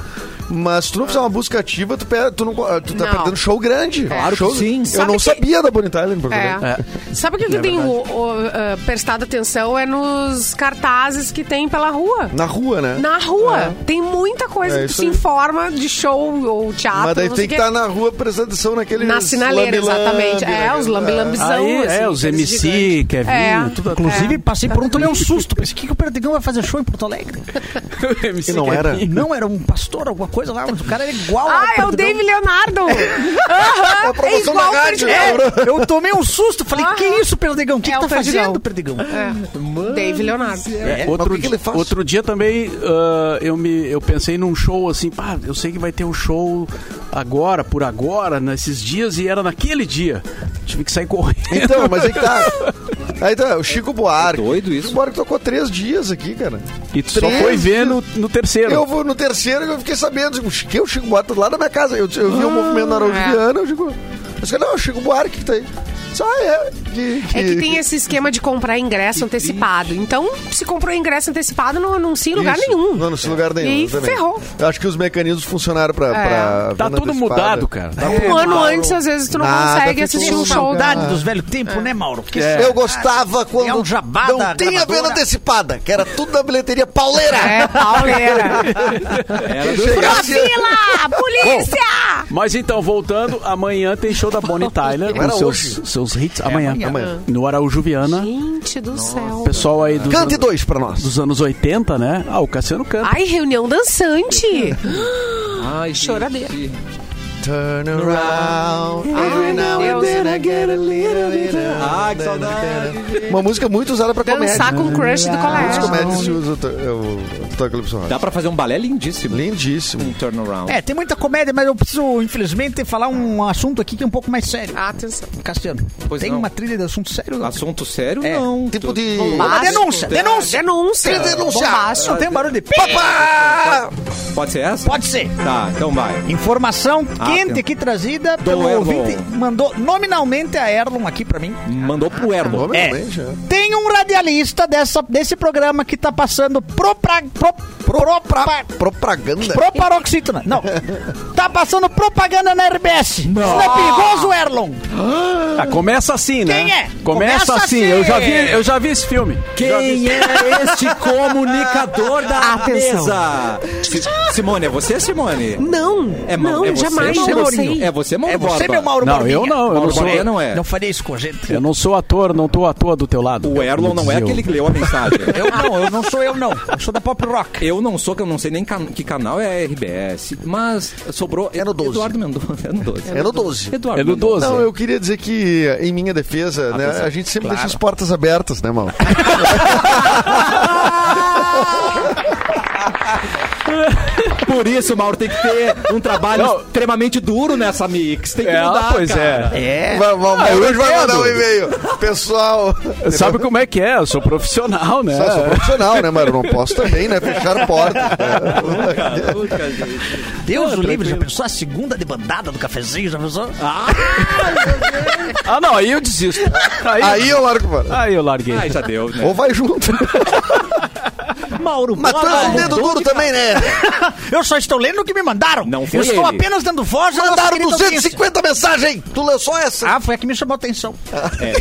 Mas se tu não fizer uma busca ativa, tu, pe- tu, não, tu tá
Não.
perdendo show grande.
Claro que
show,
sim.
Eu
Sabe
não
que-
sabia da Bonita Island, por exemplo.
É. Sabe o que, que tem o, o, ah, prestado atenção? É nos cartazes que tem pela rua.
Na rua, né?
Na rua. Tem muita coisa
É
que
isso
se
aí.
informa de show ou teatro.
Mas daí
não sei
tem que
o quê.
estar na rua prestando atenção naquele.
Na sinaleira, exatamente. É, os
Ah,
lambilambizão.
Aí, é,
assim,
os
aqueles gigantes.
MC, Kevin,
É.
tudo
Inclusive, passei por um, tomei um susto. Pensei, o que, que o Perdigão vai fazer show em Porto Alegre?
MC
E não
Kevin.
era?
Não, era um pastor, alguma coisa lá, mas o cara era
tá
igual ao
Ah, é o
Perdigão.
David Leonardo. Aham,
a promoção
é igual
da
o
rádio,
Perdigão.
né?
É, eu tomei um susto, falei,
Aham.
que isso, Perdigão? O que,
Ah. É
que
o
tá
Perdigão.
fazendo, Perdigão?
David É. Leonardo.
É, outro,
que que ele faz?
outro dia também ah, eu, me, eu pensei num show assim, pá, eu sei que vai ter um show agora, por agora, nesses dias, e era naquele dia. Tive que sair correndo.
Então, mas aí que tá. Aí tá, o Chico Buarque.
Doido
O
isso.
Chico Buarque tocou três dias aqui, cara.
E tu só
Três
foi ver no, no terceiro.
Eu vou no terceiro e eu fiquei sabendo. Digo, que o Chico Buarque tá lá na minha casa. Eu, eu vi o movimento na Araújo
é.
Viana, eu digo. Eu disse, não, o Chico Buarque que tá aí. Só é. Que, que,
É que tem esse esquema de comprar ingresso antecipado. Então, se comprou ingresso antecipado, não anuncia em lugar
Isso.
nenhum.
Não, não sei lugar nenhum.
E aí
exatamente.
ferrou.
Eu acho que os mecanismos funcionaram pra.
É.
pra
Tá
venda
tudo
antecipada.
mudado, cara. Tá
Um ano antes, às vezes, tu não
Nada,
consegue
fica
assistir
tudo
um
no
show.
lugar.
Saudade dos velhos tempos, né, Mauro? Que
Eu gostava quando
É um jabá da
não tinha
gravadora.
venda antecipada, que era tudo na bilheteria pauleira.
É, pauleira.
Era do-
Chegasse-
Vila! Polícia!
Mas então, voltando, amanhã tem show da Bonnie Tyler com
Era É
seus, seus hits. Amanhã.
amanhã.
No Araújo Viana.
Gente do céu.
O pessoal aí dos,
Cante
anos,
dois pra nós.
dos anos 80, né? Ah, o Cassiano canta.
Ai, reunião dançante.
Ai,
Choradeira.
gente.
Turn around. Every now and then I get a little bit of-
Ai, que saudade.
Uma música muito usada pra comédia. né? Ah,
Dançar com o crush do
Muitos comédias se
colégio.
usam o Toclipson
Dá
Rock.
pra fazer um balé lindíssimo.
Lindíssimo.
Um turnaround.
É, tem muita comédia, mas eu preciso, infelizmente, falar um assunto aqui que é um pouco mais sério.
Atenção.
Cassiano,
Pois
tem
não.
uma trilha de assunto sério?
Assunto sério?
É.
Não.
Tipo
Tô-
de.
Uma
Bombástico.
denúncia, denúncia.
É,
Denúncia.
denúncia.
Bombástico.
Não tem um barulho de... pi?
Pode ser essa?
Pode ser.
Tá, então vai.
Informação
Ah,
quente
tem-
aqui trazida
Do
pelo
Erlon.
ouvinte. Mandou nominalmente a Erlon aqui pra mim.
Mandou pro Erlon.
Nome
É.
realmente, é.
Tem um radialista dessa, desse programa que tá passando pro... Pra, pro, pro, pra-
Propaganda.
Proparoxítona. Não. Tá passando propaganda na RBS. Isso é perigoso, Erlon.
Ah, começa assim, né?
Quem é?
Começa,
Começa assim.
assim. Eu, já vi, eu já vi esse filme. Já vi
Quem é este comunicador da
Atenção.
mesa? Si- Simone, é você, Simone?
Não,
É, Ma-
não,
é você,
jamais,
Maurinho?
não sei.
É você, Mauro
É você,
Borba?
meu Mauro
Não,
Borbinha.
eu não, eu não
Mauro
sou.
Borba não é.
Não faria isso com a gente.
Eu não sou ator, não tô ator do teu lado.
O Erlon não é aquele que leu a mensagem.
Eu não, eu não sou eu não. Eu sou da pop rock.
Eu não sou, que eu não sei nem can- que canal é RBS, mas sobrou
É no 12.
Eduardo Mendonça. É no 12.
É no 12.
Eduardo
É do
Mendonça.
12.
Não, eu queria dizer que, em minha defesa, né,
Atenção.
a gente sempre deixa as portas abertas, né, mal?
Por isso, Mauro, tem que ter um trabalho
Não.
extremamente duro nessa mix. Tem que
É,
mudar,
pois
cara.
É.
Vai, vai,
eu
hoje vai
entendo.
mandar um e-mail. Pessoal.
Sabe como é que é? Eu sou profissional, né?
Só sou profissional, né, mano? Não posso também, né? Fechar portas. né?
Deus o livre, já pensou a segunda debandada do cafezinho? Já pensou?
Ah, não, aí eu desisto. Aí,
É. Aí eu largo fora.
Ah,
aí eu larguei.
Ai, já deu, né?
Ou vai junto.
Mauro
Matando o é um dedo duro também, né?
tá? Eu só estou lendo o que me mandaram.
Não foi
Eu estou
ele.
apenas dando voz à nossa
Mandaram
querida audiência.
250 mensagens. Tu leu só essa?
Ah, foi a que me chamou a atenção.
É,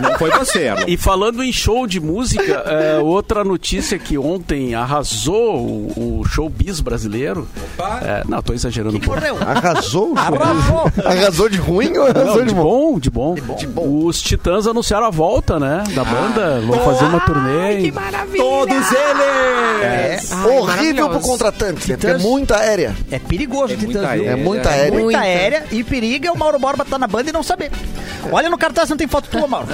não, não foi você, Erlon.
Ah, E falando em show de música, é, outra notícia que ontem arrasou o, o showbiz brasileiro. É, não, tô exagerando um pouco.
Correu.
Arrasou o jogo.
Arrasou.
Arrasou de ruim ou arrasou de
Não, de,
bom?
bom, de bom, Os Titãs anunciaram a volta, né? Da banda. Vão fazer uma turnê.
Que
em-
maravilha! É,
Todos
É
eles!
Ai,
Horrível pro
maravilhoso.
contratante. né? Porque é muita aérea.
É perigoso,
É
Titãs,
muita né?
viu?
aérea.
É muita
É
aérea.
muita aérea e periga é o Mauro Borba tá na banda e não saber. Olha no cartaz, não tem foto tua, Mauro.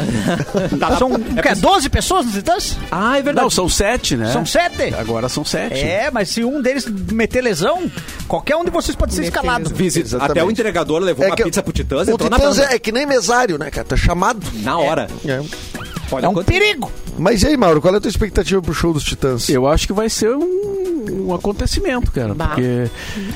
São
é
o quê? 12 pessoas nos Titãs?
Ah, é verdade. Não, são sete, né?
São
É,
sete?
Agora são sete.
É, mas se um deles meter lesão, qualquer um de vocês pode ser
Meter
escalado.
Visi-
Exatamente.
Até o entregador
É
levou uma
que
pizza pro Titãs e
O
entrou
Titãs
na banda.
é que nem mesário, né, cara? Tá chamado.
Na hora.
É.
Pode
É um
acontecer.
perigo.
Mas e aí, Mauro, qual é a tua expectativa pro show dos Titãs?
Eu acho que vai ser um, um acontecimento, cara.
Bah.
Porque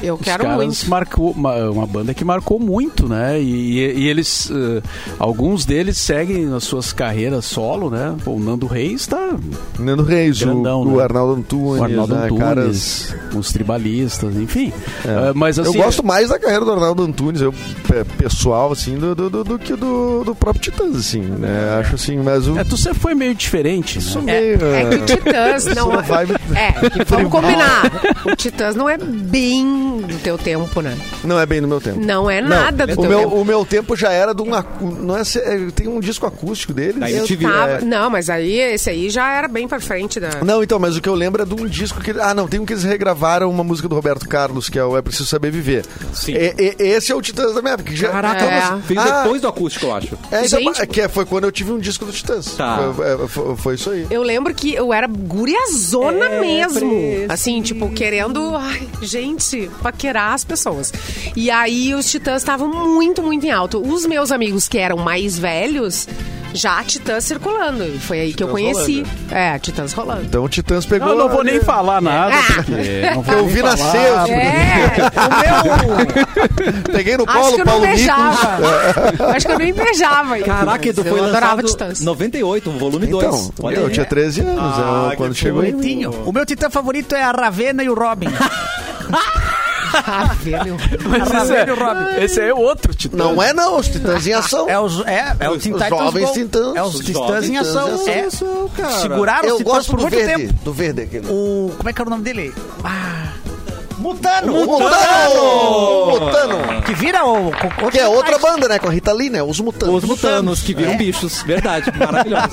Eu
os
quero
caras
muito.
marcou uma, uma banda que marcou muito, né? E, e- e eles, eh, alguns deles seguem as suas carreiras solo, né? Pô, o Nando Reis tá
Nando Reis, o-
Grandão,
o,
né?
Arnaldo Antunes,
o Arnaldo
né,
Antunes,
caras- É.
os tribalistas, enfim. Eh, mas assim,
eu gosto mais da carreira do Arnaldo Antunes, eu, pe- pessoal, assim, do, do, do- do que do, do próprio Titãs, assim, né? Acho assim, mas o...
é, tu sempre foi meio diferente. né?
meio, ah,
É que o Titãs não.
Essa vibe-
É, que vamos combinar. O Titãs não é bem do teu tempo, né?
Não é bem do meu tempo.
Não é
Não,
nada do
o
teu
meu,
tempo.
O meu tempo já era de um... acú- Não é, se- é, tem um disco acústico dele.
Da
Eu
MTV,
tava-
é.
Tá, Não, mas aí esse aí já era bem pra frente da.
Não, então, mas o que eu lembro é de um disco que. Ah, não, tem um que eles regravaram uma música do Roberto Carlos, que é o É Preciso Saber Viver.
Sim.
E- e- esse é o Titãs da minha época. que já-
Caraca,
É.
mas fez
Ah.
depois do acústico, eu acho.
É, então,
Gente.
que é- foi quando eu tive um disco do Titãs.
Tá.
Foi, é, foi- foi isso aí.
Eu lembro que eu era guriazona mesmo. Assim, tipo, querendo, ai, gente, paquerar as pessoas. E aí os titãs estavam muito, muito em alto. Os meus amigos que eram mais velhos, já titãs circulando. E foi aí que eu conheci. É, titãs rolando.
Então o Titãs pegou.
Não, eu não vou nem
é,
falar nada,
Ah.
porque não vou
Eu
nem
vi
falar.
nascer,
É,
peguei no
acho
colo
que eu não
Paulo Nicolas.
beijava. acho que eu nem beijava.
Ah,
Caraca, Edu
eu
foi
adorava
lançado
titãs.
em 98, um volume 2.
Então, eu tinha 13 anos
Ah,
é, quando
que
chegou. aí.
Bonitinho. O meu titã favorito é a Ravena e o Robin.
Ah, vê, meu.
Mas esse, é, esse aí é outro titã.
Não é não, os titãs em ação.
É, os, é, é o Teen
Os
Titans
jovens
Go.
Titãs.
É os
Os
titãs em
jovens
ação.
Titãs em
É,
Isso, cara.
seguraram os
Eu
titãs
gosto
por
do
muito
verde.
tempo.
Do verde aquele.
O, como é que era o nome dele? Ah, Mutano.
O Mutano! Mutano!
Que vira o... o-
Que é outra banda, né? Com a Rita Lee, né? Os Mutanos.
Os mutanos que
né?
viram bichos, verdade, maravilhoso.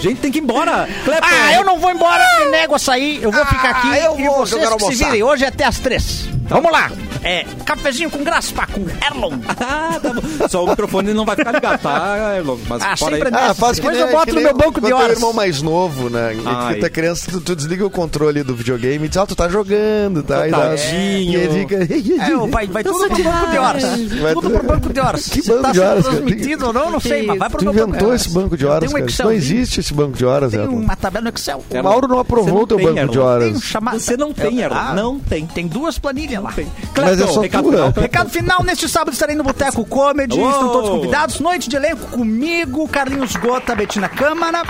Gente, tem que ir embora. Clepton.
Ah, eu não vou embora, me nego a sair, eu vou ficar aqui
Ah, eu
e
vou,
vocês
eu quero
que se
almoçar.
virem hoje é até as três.
Então.
Vamos lá. É, cafezinho com graça, com Erlon.
Ah, tá bom. Só o microfone não vai ficar ligado, tá, Erlon? Mas
Ah,
fora aí.
sempre
Ah, faz que
Depois
nem-
eu boto
que
no
nem
meu banco de
quando
horas.
teu irmão mais novo, né?
Ai.
Que tá criança, tu, tu desliga o controle do videogame e diz, ah, tu tá jogando, tá? E dá-
Tadinho.
E ele fica...
É, ô, vai, vai tudo pro banco de horas.
Vai
tudo
tudo-
pro banco de horas.
Que
Se
banco
tá
de
sendo
horas, cara?
transmitido ou não, não sei, mas vai pro
Tu
meu banco de
inventou
horas.
esse banco de
Eu
horas,
tenho um
cara. Isso Não
Excelzinho,
existe esse banco de horas,
Tem
Elton.
uma tabela no Excel.
O Mauro não aprovou
Você
o teu
tem,
banco de
Erlon.
Tem um
horas.
chamado.
Você não tem, Erlon.
Ah,
não tem.
Tem duas planilhas lá.
Mas é só
recado
tua.
final, Clepton.
Recado final, neste sábado estarei no Boteco Comedy,
Uou!
estão todos convidados. Noite de elenco comigo, Carlinhos Gota, Betina Câmara.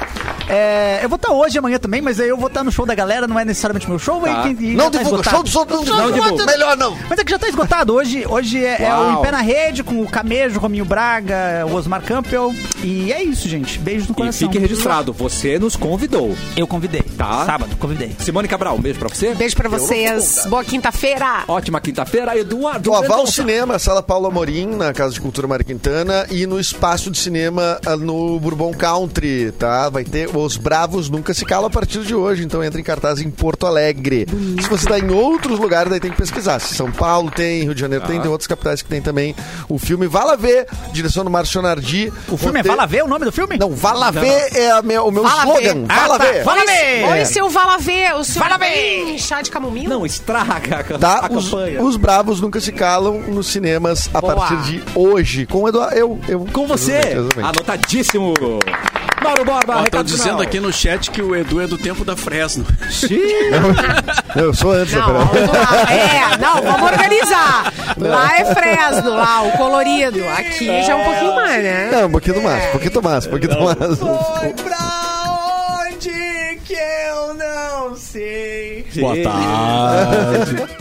É, eu vou estar hoje, amanhã também, mas aí eu vou estar no show da galera, não é necessariamente meu show.
Tá.
e quem- e já
Não
tá
divulga.
esgotado.
Show dos outros não
Não divulga.
divulga. Melhor não.
Mas é que já tá esgotado. Hoje, hoje é, é o
Uau.
Em Pé na Rede, com o Camejo, Rominho Braga, o Osmar Campbell. E é isso, gente. Beijo no
E
coração.
fique registrado, você nos convidou.
Eu convidei.
Tá.
Sábado, convidei.
Simone Cabral, um beijo pra você.
Beijo pra vocês. Boa quinta-feira.
Ótima quinta-feira, Eduardo.
Ó, vá ao
Então,
Mendonça.
cinema, Sala Paulo Amorim, na Casa de Cultura Mário Quintana, e no Espaço de Cinema ah, no Bourbon Country, tá? Vai ter Os Bravos Nunca Se Calam a partir de hoje, então entra em cartaz em Porto Alegre. Se você está em outros lugares, daí tem que pesquisar. Se São Paulo tem, Rio de Janeiro
Ah.
tem, tem outras capitais que tem também o filme. Vá lá ver, direção do Márcio Nardi.
O filme é Vala Ver o nome do filme?
Não, vá lá ver é a minha- o meu
Vala
slogan.
Ver.
Ah,
Vá lá ver.
Fala,
Oi,
Bê!
Oi, seu Valavê. O senhor tem chá de camomila?
Não, estraga a,
Tá?
a
Os,
campanha.
os Bravos Nunca Se Calam nos cinemas a
Boa.
partir de hoje. Com o Eduardo. Eu, eu.
Com você,
Exatamente, exatamente.
anotadíssimo. Mauro Borba,
Ó, estão
recado
dizendo
final.
aqui no chat que o Edu é do tempo da Fresno.
Ah,
Eu sou antes da
Não,
Fernanda.
vamos lá. É, não, vamos organizar. Lá é Fresno, lá, o colorido. Aqui já é um pouquinho mais, né?
Não, um pouquinho do máximo, um pouquinho do máximo, um pouquinho do máximo.
Pra onde que eu não sei?
sei.
Boa tarde.